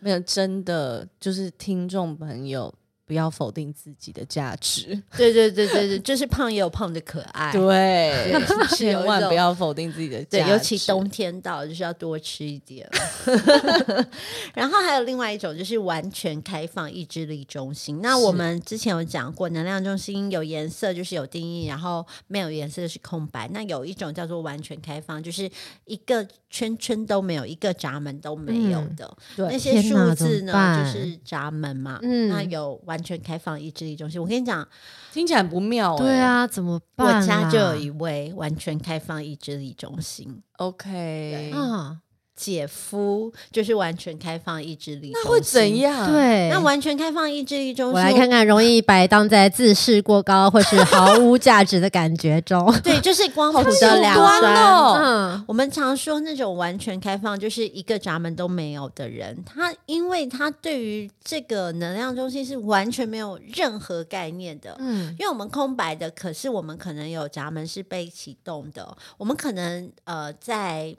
没有真的就是听众朋友不要否定自己的价值，
对对对对 对，就是胖也有胖的可爱。
对，千
有一
万
种
不要否定自己的价
对，
值，
尤其冬天到了，就是要多吃一点。 然后还有另外一种，就是完全开放意志力中心。那我们之前有讲过，能量中心有颜色就是有定义，然后没有颜色就是空白。那有一种叫做完全开放，就是一个圈圈都没有，一个闸门都没有
嗯
的。
对
那些
天
数
哪
字
怎
呢，
么办
就是闸门嘛。
嗯
那有完全开放意志力中心。我跟你讲，
听起来很不妙、欸，
对啊，怎么
我
办啊？
家就有一位完全开放意志力中心。
，OK，
嗯
啊，
姐夫就是完全开放意志力，
那会怎？样？，
嗯
对，
那完全开放意志力中
我
心，
来看看，容易摆荡在自视过高或是毫无价值的感觉中。
对，就是光谱
极
的
端
两端。
哦，
嗯，
我们常说那种完全开放，就是一个闸门都没有的人，他因为他对于这个能量中心是完全没有任何概念的，
嗯，
因为我们空白的，可是我们可能有闸门是被启动的，我们可能呃在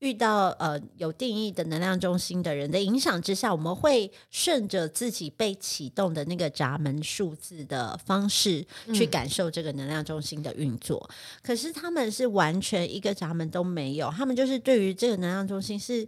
遇到呃有定义的能量中心的人的影响之下，我们会顺着自己被启动的那个闸门数字的方式去
嗯
感受这个能量中心的运作。可是他们是完全一个闸门都没有，他们就是对于这个能量中心是。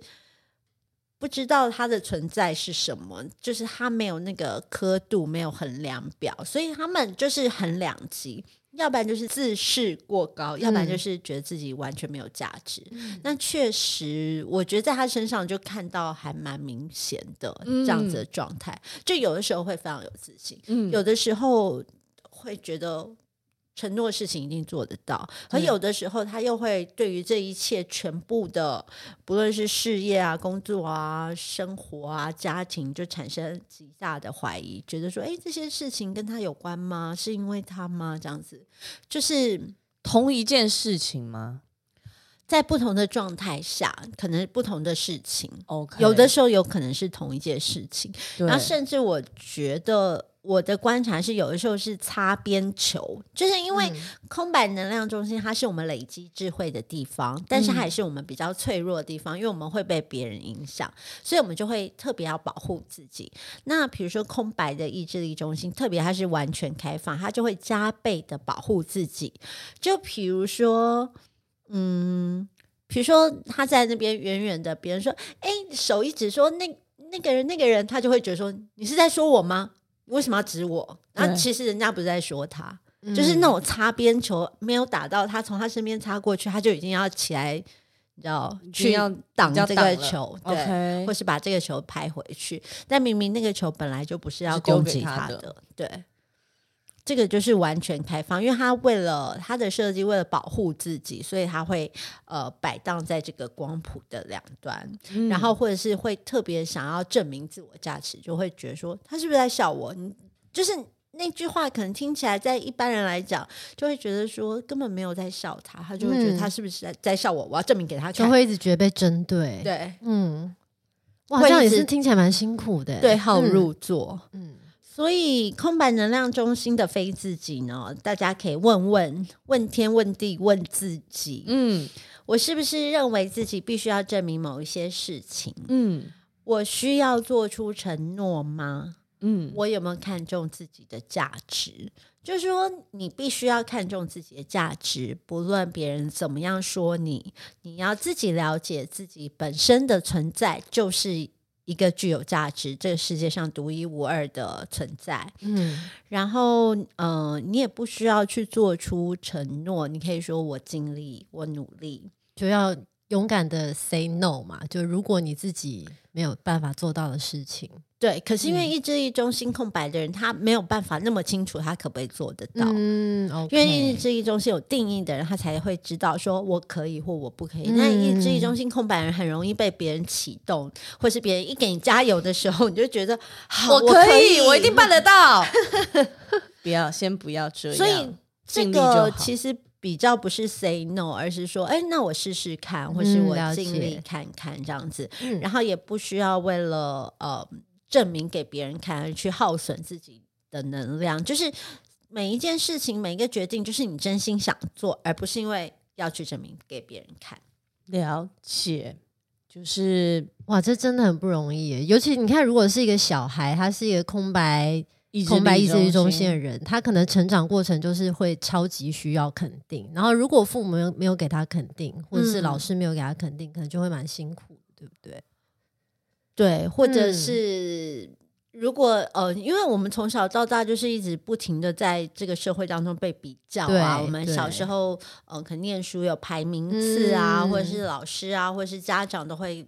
不知道它的存在是什么，就是它没有那个刻度，没有衡量表，所以他们就是很两极，要不然就是自视过高，要不然
嗯
就是觉得自己完全没有价值。那确实，我觉得在他身上就看到还蛮明显的这样子的状态，就有的时候会非常有自信，
嗯
有的时候会觉得承诺的事情一定做得到，而
对
有的时候他又会对于这一切全部的，不论是事业啊、工作啊、生活啊、家庭，就产生极大的怀疑，觉得说，哎，这些事情跟他有关吗？是因为他吗？这样子，就是
同一件事情吗
在不同的状态下，可能不同的事情。
？OK，
有的时候有可能是同一件事情，
对
然后甚至我觉得，我的观察是，有的时候是擦边球，就是因为空白能量中心它是我们累积智慧的地方，但是它也是我们比较脆弱的地方，因为我们会被别人影响，所以我们就会特别要保护自己。那比如说空白的意志力中心，特别它是完全开放，它就会加倍的保护自己。就比如说，嗯，比如说他在那边远远的，别人说：“哎、手一指说那那个人那个人”，他就会觉得说：“你是在说我吗？你为什么要指我？”然后
对
其实人家不是在说他，
嗯
就是那种擦边球没有打到他，从他身边擦过去，他就已经要起来，你知道
经
去
要
挡
要
这
挡
个
了
球，对。
，OK，
或是把这个球拍回去，但明明那个球本来就不是要
是丢
攻
给
击
他
他
的
的，对，这个就是完全开放，因为他为了他的设计为了保护自己，所以他会呃摆荡在这个光谱的两端，
嗯
然后或者是会特别想要证明自我价值，就会觉得说他是不是在笑我？你就是那句话可能听起来在一般人来讲，就会觉得说根本没有在笑他，他就会觉得
嗯
他是不是在在笑我？我要证明给他
就
看，
会一直觉得被针对。，
对
嗯，哇，
会一
这样也是
直
听起来蛮辛苦的。
对号
嗯
入座。
嗯，
所以，空白能量中心的非自己呢，大家可以问问问天问地问自己：
嗯
我是不是认为自己必须要证明某一些事情？
嗯
我需要做出承诺吗？
嗯，
我有没有看重自己的价值？就是说，你必须要看重自己的价值，不论别人怎么样说你，你要自己了解自己本身的存在就是一个具有价值，这个世界上独一无二的存在。
嗯，
然后，呃，你也不需要去做出承诺，你可以说我尽力，我努力。
就要勇敢的 say no 嘛。就如果你自己没有办法做到的事情，
对，可是因为
嗯
意志力中心空白的人，他没有办法那么清楚他可不可以做得到。
嗯
因
，OK，
为意志力中心有定义的人，他才会知道说我可以或我不可以。那意志力中心空白人很容易被别人启动，或是别人一给你加油的时候，你就觉得好，
我
我
可以，
我
我一定。办得到。不要，先不要这样。
所以这
尽力
个
就好
其实比较不是 say no，而是说，哎，那我试试看，或是
嗯
我
了
尽
解
力看看这样子，
嗯
然后也不需要为了呃证明给别人看而去耗损自己的能量，就是每一件事情、每一个决定，就是你真心想做，而不是因为要去证明给别人看。
了解，就是
哇，这真的很不容易耶。尤其你看，如果是一个小孩，他是一个空白
意志
空白意志力中心
心
的人，他可能成长过程就是会超级需要肯定。然后，如果父母没有没有给他肯定，或者是
嗯
老师没有给他肯定，可能就会蛮辛苦的，对不对？
对，或者
嗯
是、如果呃，因为我们从小到大就是一直不停的在这个社会当中被比较啊，
对
我们
对
小时候呃，可能念书有排名次啊，
嗯
或者是老师啊，或者是家长都会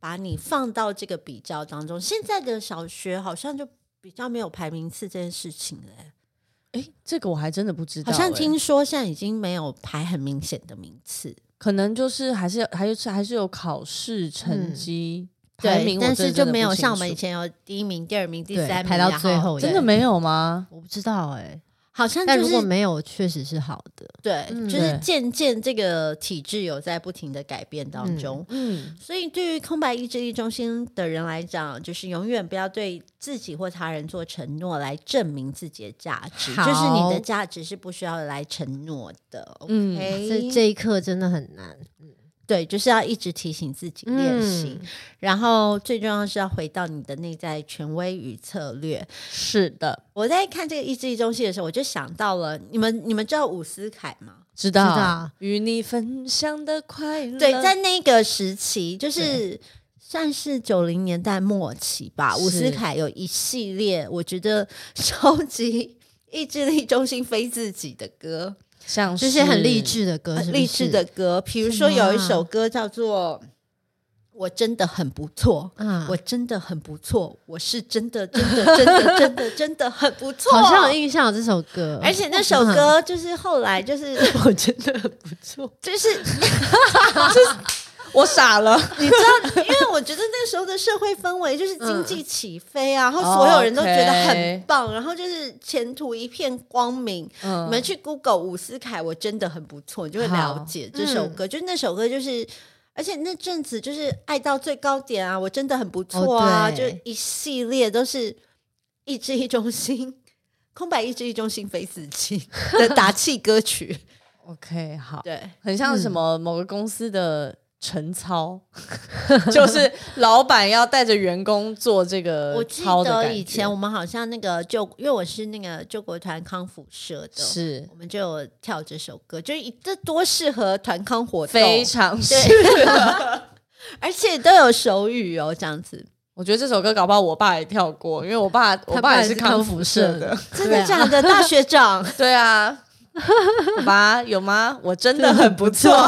把你放到这个比较当中。现在的小学好像就比较没有排名次这件事情了欸、
哎，诶这个我还真的不知道
好
诶。
像听说现在已经没有排很明显的名次，
可能就是还是还是还是有考试成绩排
嗯对
名，我
但
真
是
的
就
真的
没
不
有
清
像我们
楚
以前有第一名、第二名、第
对
三名啊
排到
然
最后
真的没有吗？
我不知道哎，
好像
但
就
如果
是
没有，确实是好的。
对，
嗯
就是
对
渐渐这个体制有在不停的改变当中，
嗯，
所以对于空白意志力中心的人来讲，就是永远不要对自己或他人做承诺来证明自己的价值，
好
就是你的价值是不需要来承诺的。
嗯
OK，
这这一刻真的很难。
对，就是要一直提醒自己练习，
嗯
然后最重要是要回到你的内在权威与策略。
是的，
我在看这个意志力中心的时候，我就想到了你们，你们知道伍思凯吗？
知
知道
道与你分享的快乐。
对，在那个时期，就是算是九零年代末期吧，
是
伍思凯有一系列我觉得超级意志力中心非自己的歌，
像
这些很励，志的歌，是
很
不
呃励志
哦是
的歌，比如说
是吗
有一首歌叫做《我真的很不错》。
啊，
我真的很不错，我是真的真的真的真的真的很不错，
好像有印象有这首歌，
而且那 首歌就是后来就是
我真的很不错。
就是
我傻了，
你知道，因为我觉得那时候的社会氛围就是经济起飞啊，然
嗯
后所有人都觉得很
哦
棒，然后就是前途一片光明。你
嗯
们去 Google 伍思凯，我真的很不错，你就会了解这首歌。就是那首歌，就是而且那阵子就是爱到最高点啊，我真的很不错啊，
哦
就
对
一系列都是。意志力中心。空白意志力中心非死期的打气歌 曲，
OK，好，
对，
很像什么某个公司的晨操，就是老板要带着员工做这个
我记
操呃的
得
感
以
觉
前我们好像那个救，因为我是那个救国团康复社的，
是
我们就有跳这首歌，就是一这多适合团康活动，
非常是，
而且都有手语哦，这样子，
我觉得这首歌搞不好我爸也跳过，因为我爸我
爸
也
也
是
是康
复
复
社
社
的，
真的假的？大学长，
对啊。爸爸有吗？我真的很不错，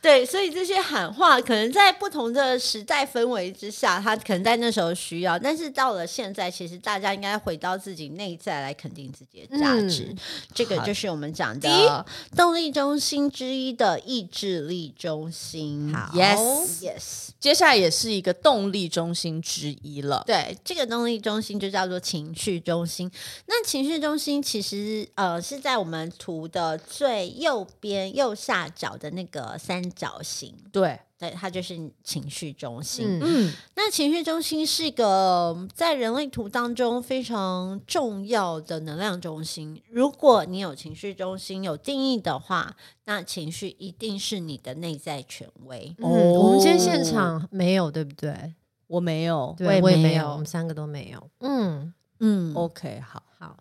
对，所以这些喊话可能在不同的时代氛围之下，他可能在那时候需要，但是到了现在，其实大家应该回到自己内在来肯定自己的价值。
嗯
这个
好
就是我们讲的动力中心之一的意志力中心。
好
Yes
yes，
接下来也是一个动力中心之一了。
对，这个动力中心就叫做情绪中心。那情绪中心其实呃是在我们图的最右边右下角的那个三角形。
对，
对，它就是情绪中心。
嗯，
嗯，
那情绪中心是一个在人类图当中非常重要的能量中心。如果你有情绪中心有定义的话，那情绪一定是你的内在权威。
嗯我们今天现场没有，对不对？
我没有，
对，我也
没
没有，我们三个都没有。嗯，
嗯，
OK，好，
好，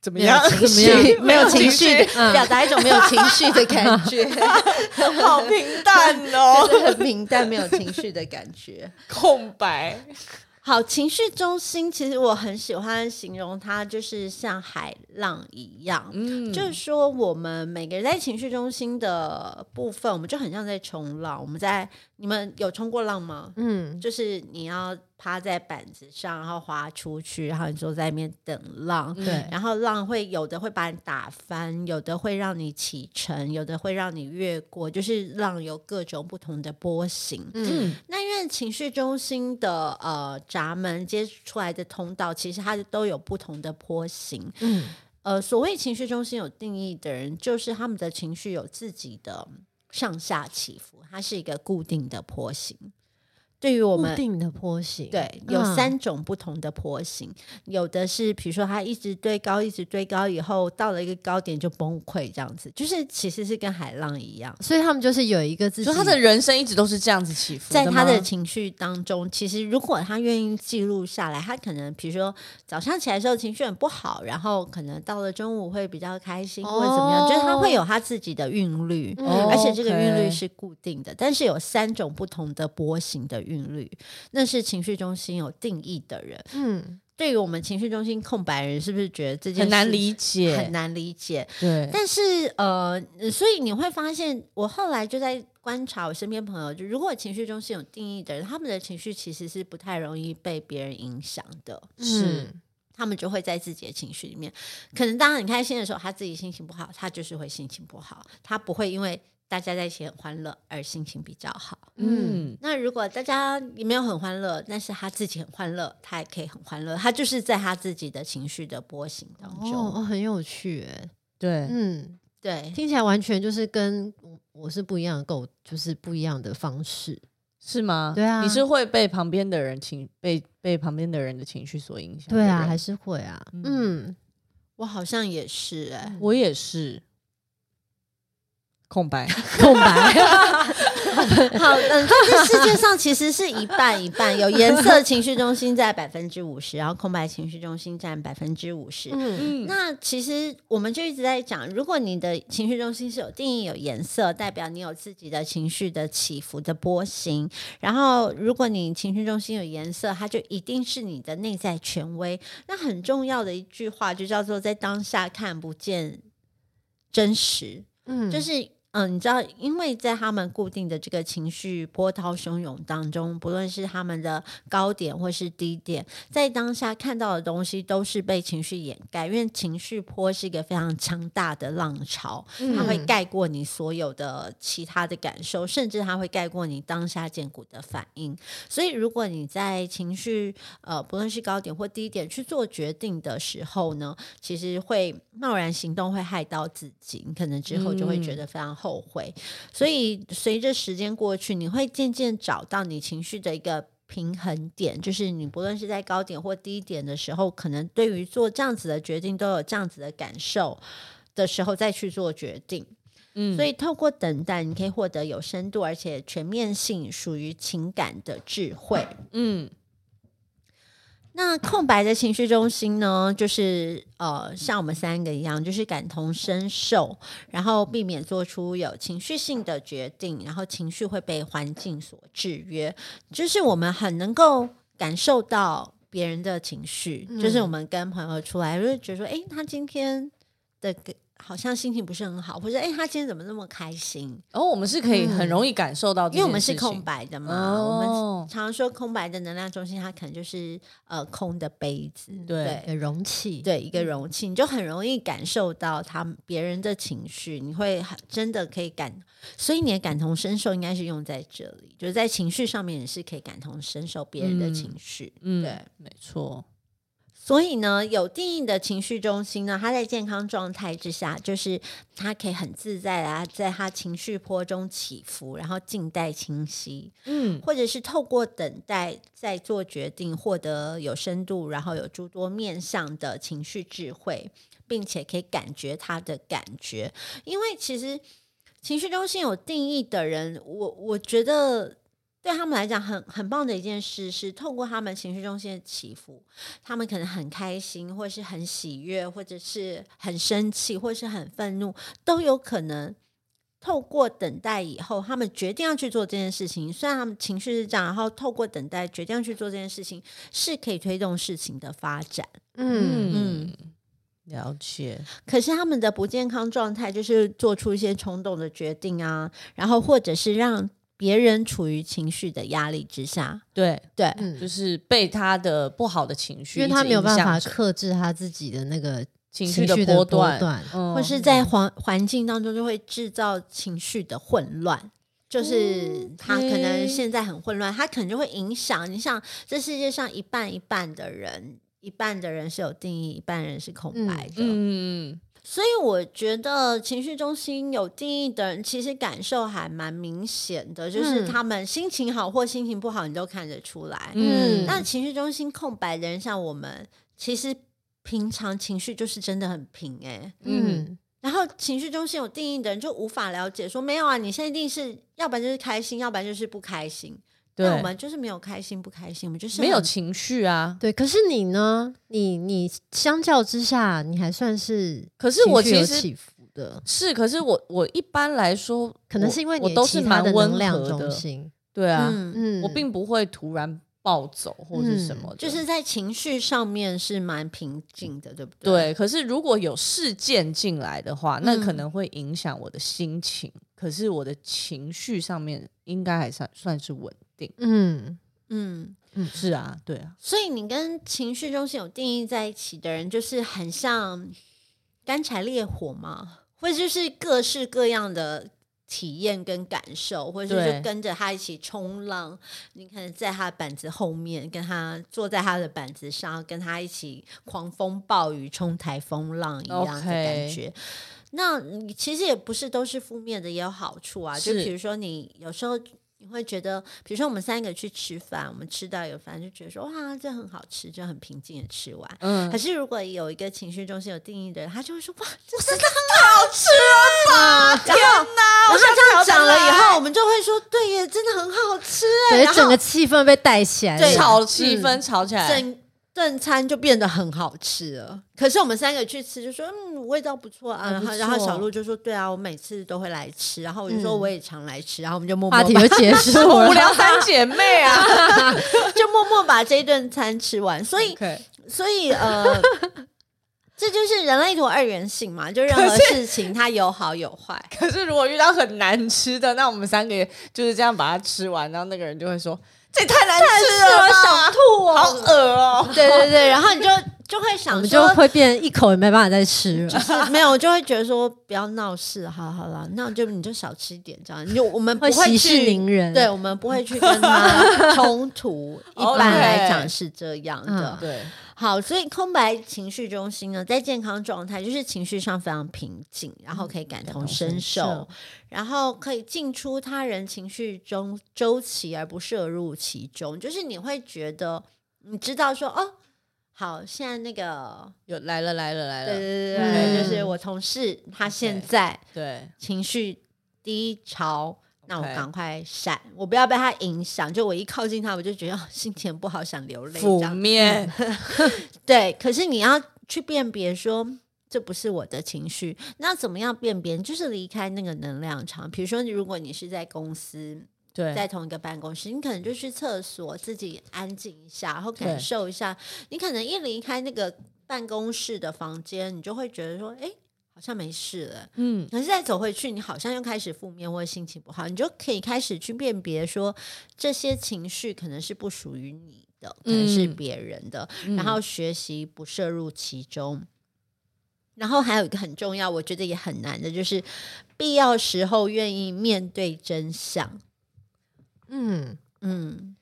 怎么
没有 情绪， 没有情绪，
表
嗯
达一种没有情绪的感觉，
好平淡 哦，
就是很平淡、没有情绪的感觉。
空白。
好，情绪中心其实我很喜欢形容它，就是像海浪一样。
嗯
就是说，我们每个人在情绪中心的部分，我们就很像在冲浪。我们在你们有冲过浪吗？
嗯，
就是你要趴在板子上，然后滑出去，然后你就在那边等浪。
嗯
对
然后浪会有的会把你打翻，有的会让你启程，有的会让你越过，就是浪有各种不同的波形。
嗯，
那因为情绪中心的呃闸门接出来的通道，其实它都有不同的坡形。
嗯，
呃，所谓情绪中心有定义的人，就是他们的情绪有自己的上下起伏，它是一个固定的坡形。对于我
固
们
定的坡形，
对，有
嗯
三种不同的坡形，有的是比如说它一直堆高，一直堆高，以后到了一个高点就崩溃，这样子，就是其实是跟海浪一样，
所以他们就是有一个自己，
就他的人生一直都是这样子起伏
在
吗
他的情绪当中，其实如果他愿意记录下来，他可能比如说早上起来的时候情绪很不好，然后可能到了中午会比较开心，或者怎么样，就是他会有他自己的韵律。
嗯
哦
而且这个韵律
OK
是固定的，但是有三种不同的波形的韵律，那是情绪中心有定义的人。
嗯，
对于我们情绪中心空白人，是不是觉得这件
很难
事
理解，
很难理解？
对，
但是呃，所以你会发现，我后来就在观察我身边朋友，就如果情绪中心有定义的人，他们的情绪其实是不太容易被别人影响的。
嗯
是
他们就会在自己的情绪里面，可能当他很开心的时候，他自己心情不好，他就是会心情不好，他不会因为大家在一起很欢乐而心情比较好。
嗯
嗯，
那如果大家也没有很欢乐，但是他自己很欢乐，他也可以很欢乐，他就是在他自己的情绪的波形当中。
哦，哦很有趣哎，
对，
嗯，
对，
听起来完全就是跟我我是不一样的构，就是不一样的方式，
是吗？
对啊
你是会被旁边的人情被被旁边的人的情绪所影响的
对
人？
啊，还是会啊，嗯，
我好像也是哎、
我也是空白，
空白，
好，嗯，但是世界上其实是一半一半，有颜色情绪中心占百分之五十，然后空白情绪中心占百分之五十。
嗯
嗯
那其实我们就一直在讲，如果你的情绪中心是有定义、有颜色，代表你有自己的情绪的起伏的波形。然后，如果你情绪中心有颜色，它就一定是你的内在权威。那很重要的一句话就叫做“在当下看不见真实”，
嗯，
就是嗯、呃你知道，因为在他们固定的这个情绪波涛汹涌当中，不论是他们的高点或是低点，在当下看到的东西都是被情绪掩盖，因为情绪波是一个非常强大的浪潮，
嗯
它会盖过你所有的其他的感受，甚至它会盖过你当下见骨的反应。所以，如果你在情绪呃，不论是高点或低点去做决定的时候呢，其实会贸然行动会害到自己，你可能之后就会觉得非常后悔。所以随着时间过去，你会渐渐找到你情绪的一个。平衡点就是你不论是在高点或低点的时候，可能对于做这样子的决定都有这样子的感受的时候，再去做决定。
嗯
所以透过等待，你可以获得有深度而且全面性、属于情感的智慧。
嗯，
那空白的情绪中心呢，就是呃，像我们三个一样，就是感同身受，然后避免做出有情绪性的决定，然后情绪会被环境所制约，就是我们很能够感受到别人的情绪，
嗯
就是我们跟朋友出来，就是觉得说，诶，他今天的好像心情不是很好，或者诶，他今天怎么那么开心？
然后我们是可以很
嗯
容易感受到这
因为我们
件
是
事情
空白的嘛，我们
哦，
常说空白的能量中心，它可能就是呃空的杯子，
对
有容器，
对一个容器，你就很容易感受到他们别人的情绪，你会很真的可以感，所以你的感同身受应该是用在这里，就是在情绪上面也是可以感同身受别人的
嗯
情绪。
嗯，
对，
没错，
所以呢，有定义的情绪中心呢，它在健康状态之下，就是它可以很自在啊，在它情绪波中起伏，然后静待清晰。
嗯
或者是透过等待再做决定，获得有深度，然后有诸多面向的情绪智慧，并且可以感觉他的感觉。因为其实情绪中心有定义的人，我我觉得。对他们来讲很，很棒的一件事是，透过他们情绪中心的起伏，他们可能很开心，或是很喜悦，或者是很生气，或是很愤怒，都有可能透过等待以后，他们决定要去做这件事情。虽然他们情绪是这样，然后透过等待决定要去做这件事情，是可以推动事情的发展。
嗯，
嗯，了解，
可是他们的不健康状态就是做出一些冲动的决定啊，然后或者是让别人处于情绪的压力之下。
对，
对，
嗯
就是被他的不好的情绪
因
一
为
直影响着，
他没有办法克制他自己的那个
情
绪
的
波
段，
段，
嗯
或是在环环境当中就会制造情绪的混乱。就是
嗯
他可能
OK
现在很混乱，他可能就会影响。你想，这世界上一半一半的人，一半的人是有定义，一半人是空白的。
嗯，
所以我觉得情绪中心有定义的人，其实感受还蛮明显的，就是
嗯
他们心情好或心情不好，你都看得出来。
嗯
那情绪中心空白的人，像我们，其实平常情绪就是真的很平哎、
嗯，
然后情绪中心有定义的人就无法了解说，没有啊，你现在一定是要不然就是开心，要不然就是不开心。
对，
那我们就是没有开心不开心，我们就是
没有
很
情绪啊。
对。可是你呢？你你相较之下，你还算是
可是我
情绪有
其实
起伏的，
是，可是我我一般来说，
可能是因为
我
你
我都
其
是
他
蛮
的
温
能量
和
中
的，
心，
对啊，
嗯，
嗯，
我并不会突然暴走或是什么的
就是在情绪上面是蛮平静的，对不对？
对。可是如果有事件进来的话，那
嗯
可能会影响我的心情，可是我的情绪上面应该还算算是稳定。
嗯
嗯，
嗯
是啊，对啊，
所以你跟情绪中心有定义在一起的人，就是很像干柴烈火嘛，或者就是各式各样的体验跟感受，或者是
对
就跟着他一起冲浪。你可能在他的板子后面，跟他坐在他的板子上，跟他一起狂风暴雨、冲台风浪一样的
OK
感觉。那你其实也不是都是负面的，也有好处啊。就是比如说，你有时候你会觉得，比如说我们三个去吃饭，我们吃到有饭就觉得说哇，这很好吃，就很平静的吃完。
嗯
可，是如果有一个情绪中心有定义的人，他就会说哇，这真的啊
天哪，我
然后这样讲了以
后。
后，我们就会说对耶，真的很好吃哎、
对，
然后
整个气氛被带起来了，
对嗯
吵气氛吵起
哎
来，
整顿餐就变得很好吃了。可是我们三个去吃就说嗯，味道不错啊。
很
然
不
后然后
错
小鹿就说对啊，我每次都会来吃。然后我就说
嗯
我也常来吃。然后我们就默默
话题
把
就结束 了，
无聊三姐妹啊。
就默默把这一顿餐吃完。所以
OK，
所以呃， 这就是人类图二元性嘛，就任何
可是
事情它有好有坏。
可是如果遇到很难吃的，那我们三个也就是这样把它吃完，然后那个人就会说：“这也太难吃了吧，
吐
好恶哦。
对对对，然后你就就会
我
想
们就
说，
会变一口也没办法再吃了，
是 没有，就会觉得说不要闹事，好好啦，那就你就少吃一点这样，你就我们不
息事
去
宁人。
对，我们不会去跟他冲突，一
OK
般来讲是这样的。
对，
好，所以空白情绪中心呢，在健康状态就是情绪上非常平静，然后可以感同身受，然后可以进出他人情绪中周期，而不涉入其中。就是你会觉得，你知道说哦。好，现在那个，
有来了来了来
对
了，
对对对，
嗯
就是我同事他现
OK
在
对，
情绪低潮，那我
OK
赶快闪，我不要被他影响。就我一靠近他，我就觉得 哦心情不好，想流泪这
负
样。
面，
对，可是你要去辨别说。这不是我的情绪，那怎么样辨别？就是离开那个能量场。比如说，如果你是在公司，在
对，
同一个办公室，你可能就去厕所自己安静一下，然后
对
感受一下。你可能一离开那个办公室的房间，你就会觉得说，哎，好像没事了。
嗯，
可是再走回去，你好像又开始负面或者心情不好，你就可以开始去辨别说这些情绪可能是不属于你的，可能是
嗯
别人的，
嗯
然后学习不涉入其中。然后还有一个很重要，我觉得也很难的，就是必要时候愿意面对真相。
嗯，
嗯，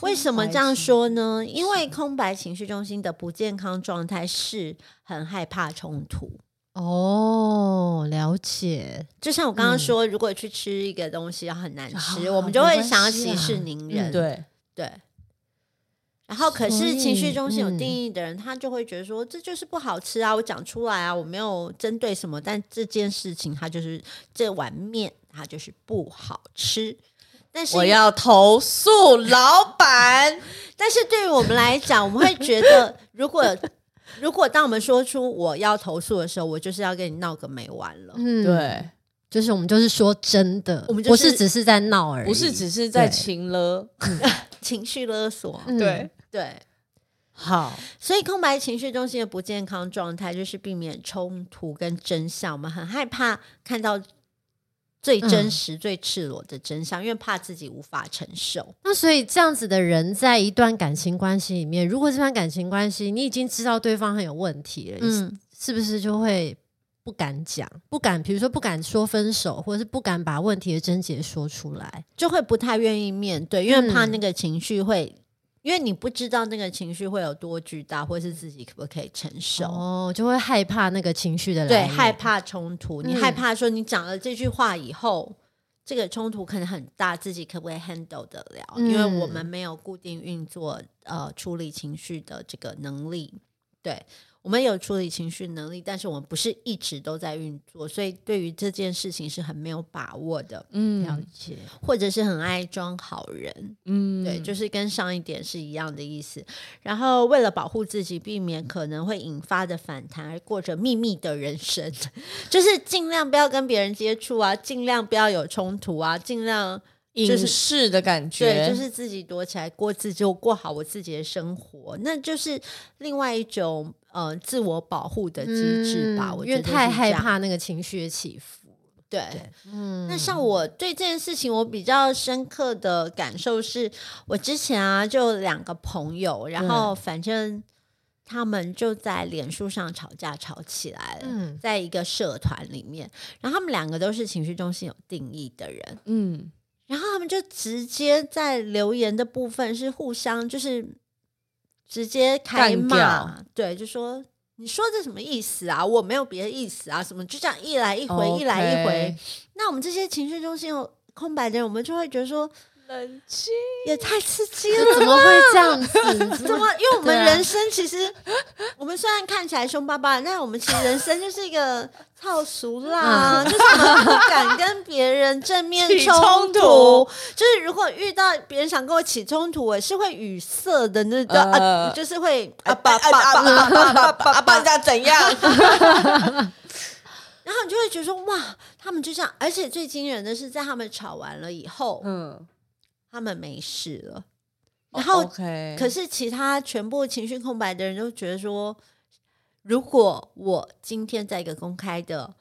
为什么这样说呢？因为空白情绪中心的不健康状态是很害怕冲突。
哦，了解，
就像我刚刚
嗯
说，如果去吃一个东西然后很难吃，
啊
我们就会
没关
想要
系
息
啊
事宁
嗯
人。
对，
对。然后，可
所
是情绪
以
中心有
嗯
定义的人，他就会觉得说，这就是不好吃啊！我讲出来啊，我没有针对什么，但这件事情，它就是这碗面，它就是不好吃。但是
我要投诉老板，
但是对于我们来讲，我们会觉得， 如果如果当我们说出我要投诉的时候，我就是要跟你闹个没完了。
嗯，，
对，
就是我们就是说真的，
我们就
不
是
是只是在闹而已，
不是只是在
对
情了，
情绪勒索，
嗯，
对。
好，
所以，空白情绪中心的不健康状态就是避免冲突跟真相。我们很害怕看到最真实、最赤裸的真相，因为怕自己无法承受。
那所以这样子的人，在一段感情关系里面，如果这段感情关系你已经知道对方很有问题了，嗯，
嗯，
是不是就会不敢讲，不敢，比如说不敢说分手，或者是不敢把问题的症结说出来？
就会不太愿意面对，因为怕
嗯
那个情绪会，因为你不知道那个情绪会有多巨大，或是自己可不可以承受。
哦，就会害怕那个情绪的来
对，
源
害。怕冲突，你
嗯
害怕说你讲了这句话以后，这个冲突可能很大，自己可不可以 handle 得了？
嗯
因为我们没有固定运作呃处理情绪的这个能力，对。我们有处理情绪能力，但是我们不是一直都在运作，所以对于这件事情是很没有把握的，
了
嗯
解，
或者是很爱装好人，
嗯
对，就是跟上一点是一样的意思。然后为了保护自己，避免可能会引发的反弹，而过着秘密的人生， 就是尽量不要跟别人接触啊，尽量不要有冲突啊，尽量就
影
是
视的感
对，
觉，
就是自己躲起来过自己，过好我自己的生活，那就是另外一种呃自我保护的机制吧。
嗯
我
因为
觉得
太
是这
害
样
怕那个情绪的起伏。
对。
嗯，
那像我对这件事情，我比较深刻的感受是，我之前啊就两个朋友，然后反正他们就在脸书上吵架吵起来了，
嗯
在一个社团里面，然后他们两个都是情绪中心有定义的人，
嗯，
然后他们就直接在留言的部分是互相就是直接开
干
骂
掉，
对，就说。你说这什么意思啊？我没有别的意思啊，什么就这样一来一回一来一回，那我们这些情绪中心有空白的人，我们就会觉得说
冷静，
也太刺激
这
了，
怎么会这样 子？
怎么？因为我们
对啊
人生其实，我们虽然看起来凶巴巴的，但我们其实人生就是一个操俗啦， 就是我们不敢跟别人正面
嗯起
冲
冲突
就是如果遇到别人想跟我起冲突，我是会语塞的那种，
呃
啊，就是会
啊
啊吧吧吧吧
爸爸爸爸爸怎样？
然后你就会觉得说哇，他们就这样，而且最惊人的是，在他们吵完了以后，
嗯，哦
他们没事了，然后
OK，
可是其他全部情绪空白的人都觉得说，如果我今天在一个公开的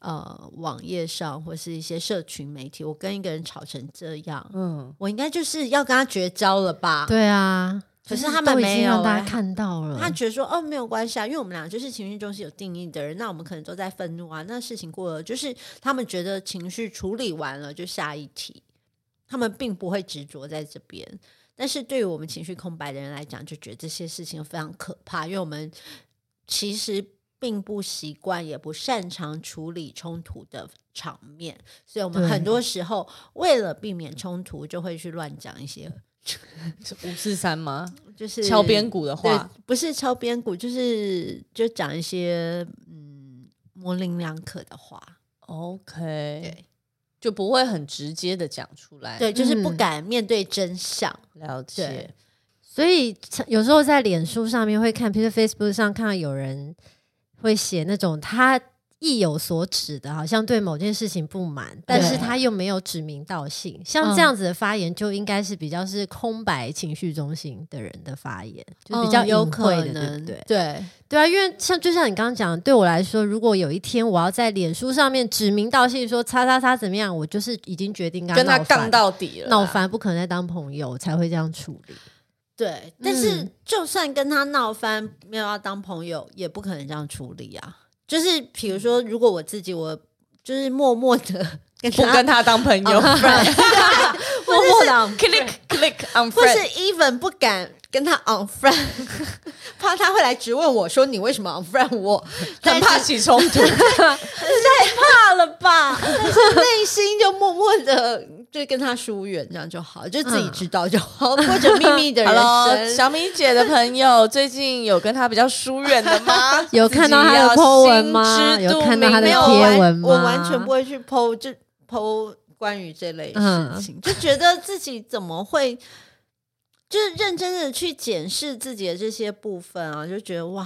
呃网页上或是一些社群媒体，我跟一个人吵成这样，
嗯，
我应该就是要跟他绝交了吧？
对啊，
可是
就
他们
都已
没
经
有
让大
欸
家看到
嗯
了，
他觉得说哦没有关系啊，因为我们俩就是情绪中心有定义的人，那我们可能都在愤怒啊，那事情过了，就是他们觉得情绪处理完了就下一题，他们并不会执着在这边。但是对于我们情绪空白的人来讲，就觉得这些事情非常可怕，因为我们其实并不习惯，也不擅长处理冲突的场面，所以我们
对
很多时候为了避免冲突，就会去乱讲一些
五四三吗？
就是
敲边鼓的
对
话，，
不是敲边鼓，就是就讲一些嗯模棱两可的话，
，OK，
对
就不会很直接的讲出来。，
对，就是不
嗯
敢面对真相。
了解
对。
所以有时候在脸书上面会看，比如说 Facebook 上看到有人会写那种他意有所指的，好像对某件事情不满，但是他又没有指名道姓，
嗯
像这样子的发言就应该是比较是空白情绪中心的人的发言，就是比较
嗯有
隐
可
晦的，对
能，
不对？
对
对啊，因为像就像你刚刚讲的，对我来说，如果有一天我要在脸书上面指名道姓说叉叉叉怎么样，我就是已经决定跟
跟他
闹翻
杠到底了啦，啊
闹翻，不可能再当朋友，我才会这样处理。
对。但是
嗯？
就算跟他闹翻，没有要当朋友，也不可能这样处理啊。就是比如说，如果我自己，我就是默默的 跟
不
他，
跟他当朋友
或者是
，click click on
或是
friend，
even 不敢跟他 on friend，怕他会来质问我说你为什么 on friend 我，
很
但是
怕起冲 突，
怕了吧？但是内心就默默的就跟他疏远，这样就好，就自己知道就好，过着秘密的人
Hello，
生。
小米姐的朋友 最近有跟她比较疏远的吗
有看到她的 po 文吗
自己要心知肚
有看到她的
明
没有
贴
完
文吗
我完全不会去剖这剖关于这类事情，就觉得自己怎么会。就是认真的去检视自己的这些部分啊，就觉得哇，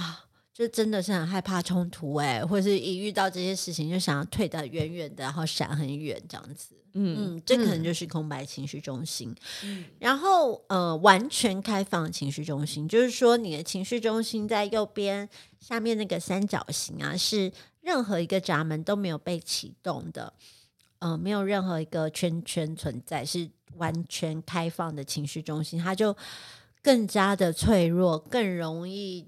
就真的是很害怕冲突哎、或者是一遇到这些事情就想要退得远远的，然后闪很远这样子。
嗯，
嗯，这可能就是空白情绪中心。然后呃，完全开放情绪中心，就是说你的情绪中心在右边下面那个三角形啊，是任何一个闸门都没有被启动的，呃，没有任何一个圈圈存在，是完全开放的情绪中心，它就更加的脆弱，更容易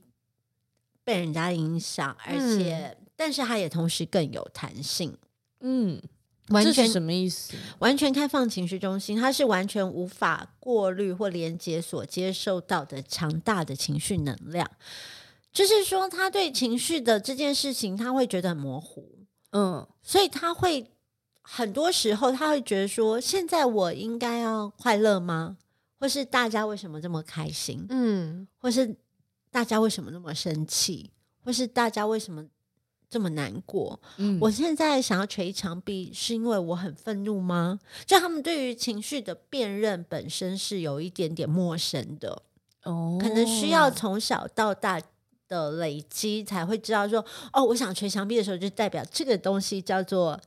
被人家影响，而
嗯
且、但是它也同时更有弹性。
嗯，
完
这是
全
什么意思？
完全开放情绪中心，它是完全无法过滤或连接所接受到的强大的情绪能量。就是说，他对情绪的这件事情，他会觉得很模糊，
嗯，
所以他会很多时候他会觉得说：现在我应该要快乐吗？或是大家为什么这么开心？
嗯，
或是大家为什么那么生气？或是大家为什么这么难过？
嗯
我现在想要捶墙壁，是因为我很愤怒吗？就他们对于情绪的辨认本身是有一点点陌生的，
哦
可能需要从小到大的累积才会知道说，哦，我想捶墙壁的时候，就代表这个东西叫做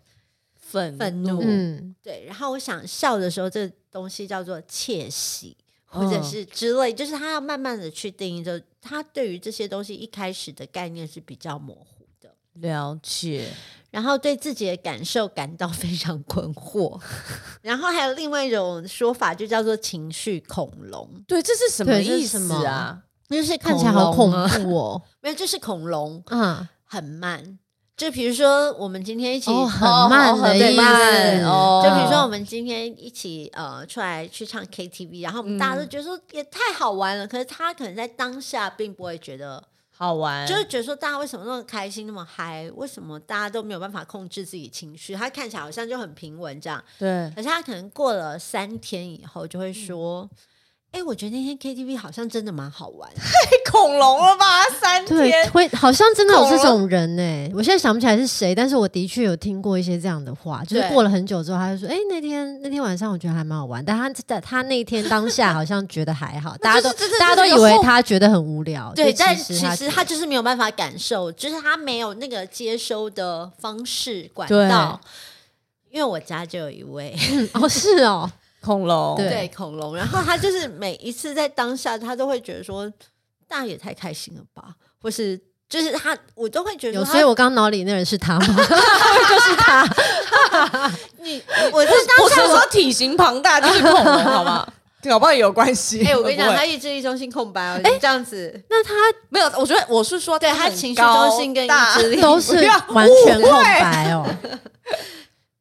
愤
愤怒
嗯，
对，然后我想笑的时候，这个东西叫做窃喜。或者
嗯
是之类，就是他要慢慢的去定义，就他对于这些东西一开始的概念是比较模糊的。
了解，
然后对自己的感受感到 非常困惑。然后还有另外一种说法，就叫做情绪恐龙，
对，这是什么
对这是
意思
什么
啊？
就是
看起来好恐
恐龙啊，
怖哦，
没有，就是恐龙
嗯，
很慢。就比如说我们今天一起，
哦，很慢的意
对
思，
慢哦，
就比如说我们今天一起呃出来去唱 KTV，然后我们大家都
嗯
觉得说也太好玩了，可是他可能在当下并不会觉得，
好玩，
就是觉得说大家为什么那么开心那么嗨，为什么大家都没有办法控制自己情绪，他看起来好像就很平稳这样，
对，
可是他可能过了三天以后
嗯
就会说：“哎、我觉得那天 KTV 好像真的蛮好 玩。
太恐龙了吧？三
对，
天，
会好像真的有这
恐
种人呢、我现在想不起来是谁，但是我的确有听过一些这样的话，就是
对
过了很久之后，他就说：“哎、那天那天晚上我觉得还蛮好玩。”但他在他那一天当下好像觉得还好，大家都
那就是这
大家都
这
以
是个
为
后
他觉得很无聊，
对，
就
但其
其实
实他
觉
就是没有办法感受，就是他没有那个接收的方式管
对
道。因为我家就有一位
得哦是哦，
恐龙，
对
对恐龙，然后他就是每一次在当下，他都会觉得说：“大家也太开心了吧？”或是就是他，我都会觉得
有，
说
所以我刚脑里那人是他吗？
他你我在
不是说体型庞大就是恐龙，好吗？搞不好也有关系。
哎、我跟你讲，
会不
他
会
意志力中心空白哦，你这样子，
那他
没有，我觉得我是说
对
很
他情绪
高
中心跟意
大
志力
都是
不要
完全空白哦，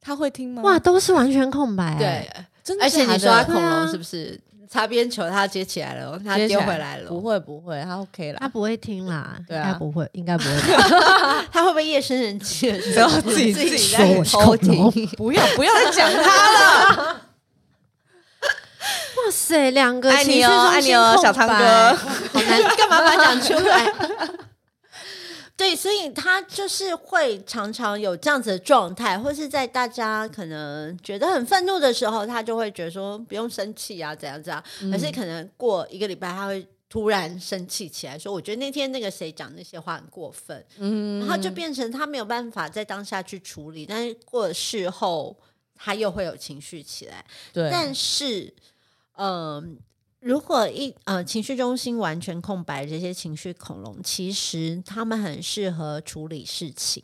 他会听吗？
哇，，都是完全空白、欸
对，，
真的
而
假的，
且你说他恐
对啊
龙是不是擦边球，他接起来了，
啊
他
接起
丢
来
回来了，
不会不会，他 OK
他
啦，
不会听啦，
对
应
啊
该不会，应该不 会。
他会不会夜深人静的时
然
候
后自己
自己
自己
在
说我是
偷
恐 龙
听？
不要不要再讲 他了，
哇塞，两个
爱
情绪
你哦
中
爱你
心
哦
空白，
小汤哥
好难
干嘛把它讲出来？
对，所以他就是会常常有这样子的状态，或是在大家可能觉得很愤怒的时候，他就会觉得说不用生气啊，怎样怎样。
嗯
可是可能过一个礼拜，他会突然生气起来，说我觉得那天那个谁讲那些话很过分，
嗯
然后就变成他没有办法在当下去处理，但是过了事后他又会有情绪起来。
对，
但是，嗯、如果一呃情绪中心完全空白，这些情绪恐龙其实他们很适合处理事情，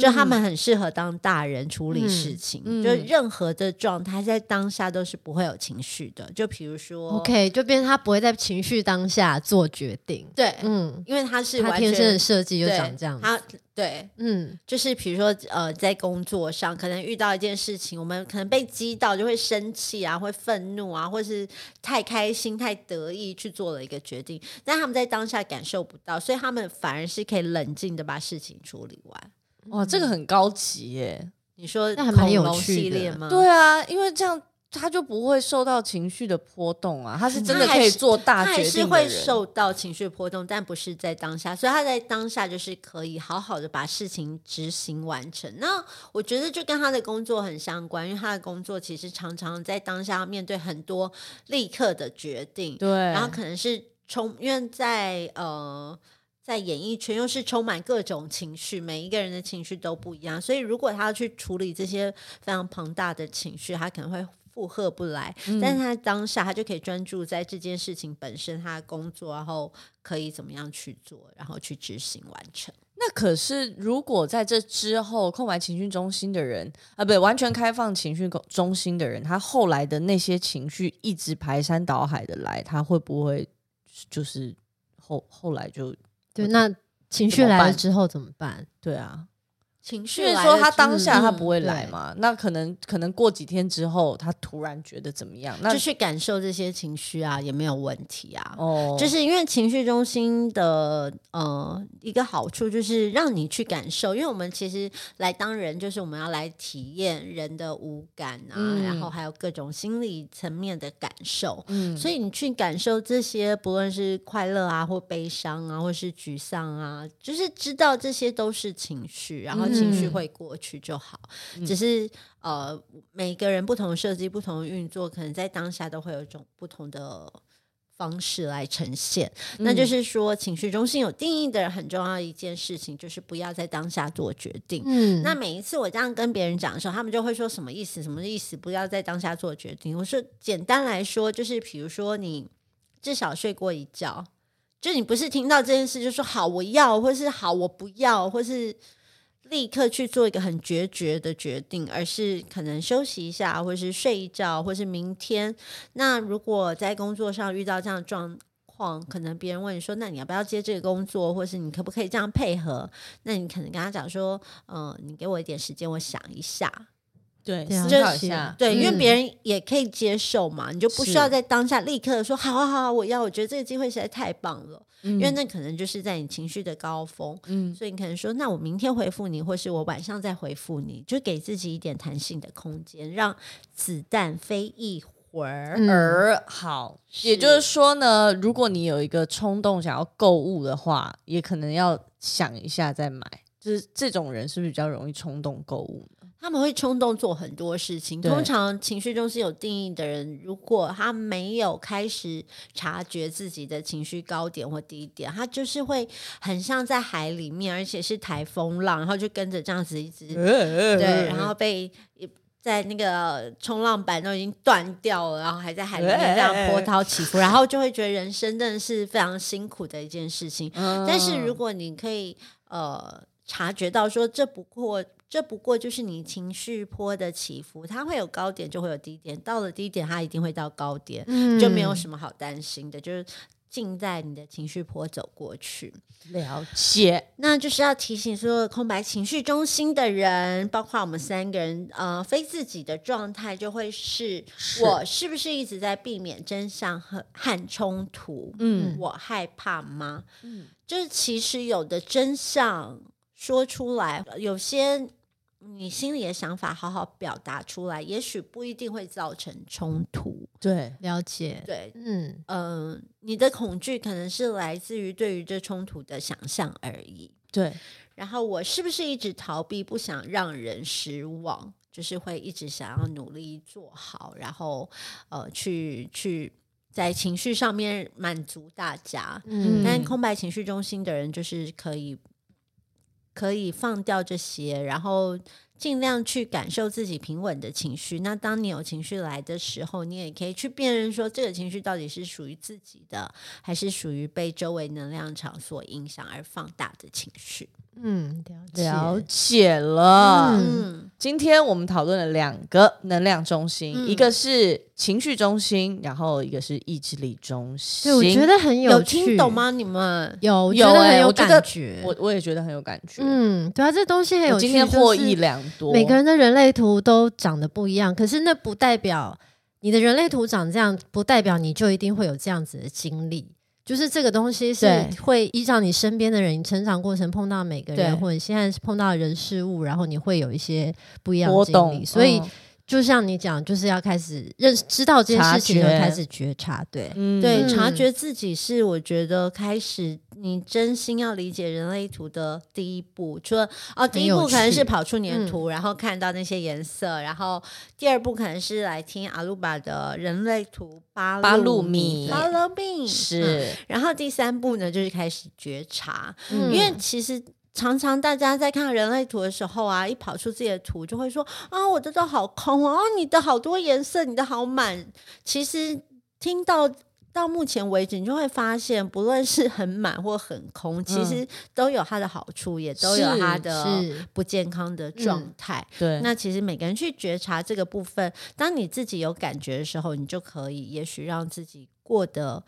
就他
嗯
们很适合当大人处理事情，
嗯
就任何的状态在当下都是不会有情绪的。就比如说
OK，就变成他不会在情绪当下做决定。
对，
嗯，
因为他是
他
完
天生
全
的设计就
对
长这样。
他对
嗯，
就是比如说，呃，在工作上可能遇到一件事情，我们可能被激到就会生气啊，会愤怒啊，或是太开心、太得意去做了一个决定，但他们在当下感受不到，所以他们反而是可以冷静的把事情处理完。
哇，这个很高级耶，
你说
那还蛮有
恐龙
趣的
系列吗？
对啊，因为这样他就不会受到情绪的波动啊，他是真的
他还
可以
是
做
他
大
还
决
是
定的
会
人。
受到情绪波动，但不是在当下，所以他在当下就是可以好好的把事情执行完成。那我觉得就跟他的工作很相关，因为他的工作其实常常在当下要面对很多立刻的决定，
对，
然后可能是充，因为在呃。在演艺圈又是充满各种情绪，每一个人的情绪都不一样，所以如果他要去处理这些非常庞大的情绪，他可能会负荷不来。但是他当下他就可以专注在这件事情本身，他的工作，然后可以怎么样去做，然后去执行完成。
那可是，如果在这之后空白情绪中心的人啊，不对，完全开放情绪中心的人，他后来的那些情绪一直排山倒海的来，他会不会就是后后来就
对，那情绪
怎么
来了
办
之后怎么办？
对啊？
情绪
就是
来
说
了
他
之
当下
嗯
他不会
对
来嘛？那可能可能过几天之后，他突然觉得怎么样？那
就去感受这些情绪啊，也没有问题啊。
哦，
就是因为情绪中心的呃一个好处就是让你去感受，因为我们其实来当人就是我们要来体验人的五感啊，
嗯
然后还有各种心理层面的感受。
嗯
所以你去感受这些，不论是快乐啊，或悲伤啊，或是沮丧啊，就是知道这些都是情绪，然后情绪
嗯
会过去就好。
嗯
只是呃，每个人不同的设计、不同的运作，可能在当下都会有一种不同的方式来呈现。那就
嗯
是说，情绪中心有定义的人很重要的一件事情，就是不要在当下做决定。
嗯，
那每一次我这样跟别人讲的时候，他们就会说什么意思？什么意思？不要在当下做决定。我说，简单来说，就是比如说你至少睡过一觉，就你不是听到这件事就说好我要，或是好我不要，或是立刻去做一个很决绝的决定，而是可能休息一下，或是睡一觉，或是明天。那如果在工作上遇到这样的状况，可能别人问你说，那你要不要接这个工作，或是你可不可以这样配合？那你可能跟他讲说，嗯、你给我一点时间，我想一下。
对，
这样
思
就
考一
是
下，
啊对，因为
嗯
别人也可以接受嘛，你就不需要
是
在当下立刻说，好啊好啊，我要，我觉得这个机会实在太棒了，
因
因为那可能就是在你情绪的高峰。
嗯
所以你可能说，那我明天回复你，或是我晚上再回复你，就给自己一点弹性的空间，让子弹飞一会儿。
嗯
而好，也就是说呢，如果你有一个冲动想要购物的话，也可能要想一下再买。就是这种人是不是比较容易冲动购物呢？
他们会冲动做很多事情。
对
通常情绪中心有定义的人，如果他没有开始察觉自己的情绪高点或低点，他就是会很像在海里面，而且是台风浪，然后就跟着这样子一直
嗯
对，
对嗯
然后被在那个冲浪板都已经断掉了，然后还在海里面这样波涛起伏，然后就会觉得人
嗯
嗯
生真的是非常辛苦的一件事情。但是如果你可以呃察觉到说这不过。这不过就是你情绪波的起伏，它会有高点，就会有低点。到了低点，它一定会到高点，就没
嗯
有什么好担心的。就是尽在你的情绪波走过去。
嗯
了解，
那就是要提醒所有的空白情绪中心的人，包括我们三个人，呃，非自己的状态就会是我是不是一直在避免真相和和冲突？
嗯
我害怕吗？就是其实有的真相说出来，有些你心里的想法好好表达出来，也许不一定会造成冲突。
对，
了解，
对，
嗯，
嗯、你的恐惧可能是来自于对于这冲突的想象而已。
对，
然后我是不是一直逃避，不想让人失望，就是会一直想要努力做好，然后呃，去去在情绪上面满足大家。
嗯
但空白情绪中心的人就是可以可以放掉这些，然后尽量去感受自己平稳的情绪。那当你有情绪来的时候，你也可以去辨认说这个情绪到底是属于自己的，还是属于被周围能量场所影响而放大的情绪。
嗯，
了
了解，
解了。
嗯
嗯，
今天我们讨论了两个能量中心，
嗯
一个是情绪中心，然后一个是意志力中心。
对，我觉得很
有
趣，嗯
听懂？吗？你们
有，我
有
觉得
欸
很有
我觉得
感觉，
我我也觉得很有感觉。
嗯，对啊，这东西很有
我
趣，
今天获
就是
益良多。
每个人的人类图都长得不一样，可是那不代表你的人类图长这样，不代表你就一定会有这样子的经历。就是这个东西是
对
会依照你身边的人、你成长过程碰到每个
对
人，或者现在碰到的人事物，然后你会有一些不一样的
波
经
动，
历。所以
嗯
就像你讲，就是要开始认识、知道这件事情，
察
就
觉
开始觉察。对，
嗯
对，
嗯
察觉自己是我觉得开始你真心要理解人类图的第一步。除了哦，第一
有
步可能
趣
是跑出你的图，然后看到那些颜色，然后第二步可能是来听阿鲁巴的人类图八
八
路
路米
，Follow me 嗯
是
然后第三步呢，就是开始觉察，
嗯
因为其实。常常大家在看人类图的时候啊，一跑出自己的图，就会说啊，我的都好空哦，哦你的好多颜色，你的好满。其实听到到目前为止，你就会发现，不论是很满或很空，其实都有它的好处，也都有
是
它的
嗯是嗯
不健康的状态。
对，
那其实每个人去觉察这个部分，当你自己有感觉的时候，你就可以也许让自己过得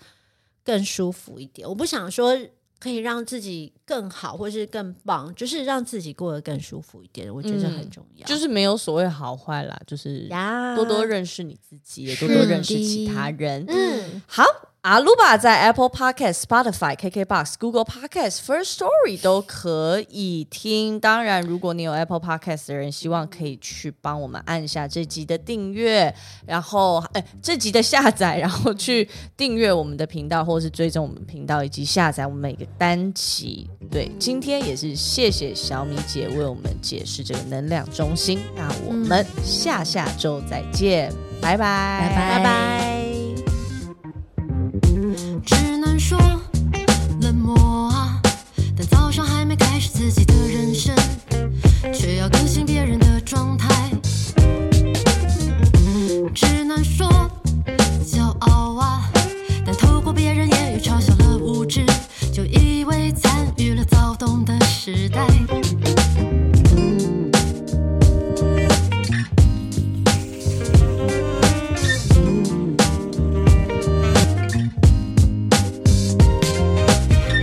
更舒服一点。我不想说可以让自己更好或是更棒，就是让自己过得更舒服一点，我觉得很
嗯
重要。
就是没有所谓好坏啦，就是
呀，
多多认识你自己，也多多认识其他人。
嗯，
好，阿鲁巴在 Apple Podcast、Spotify、KKBox、Google Podcast、First Story 都可以听。当然，如果你有 Apple Podcast 的人，希望可以去帮我们按下这集的订阅，然后哎、这集的下载，然后去订阅我们的频道，或是追踪我们频道，以及下载我们每个单集。对，今天也是谢谢小米姐为我们解释这个能量中心。那我们下下周再见，拜拜，
拜
拜拜。
只能说冷漠啊，但早上还没开始自己的人生，却要更新别人的状态。只能说骄傲啊，但透过别人言语嘲笑了无知，就以为参与了躁动的时代。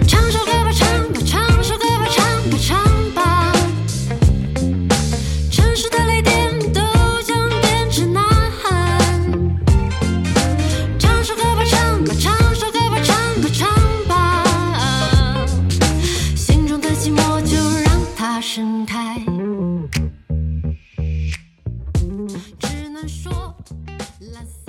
唱首歌吧，唱吧，唱首歌吧，唱吧，唱吧。城市的泪点都将变成呐喊。唱首歌吧，唱吧，唱首歌吧，唱吧，唱吧。心中的寂寞就让它盛开。只能说，蓝色。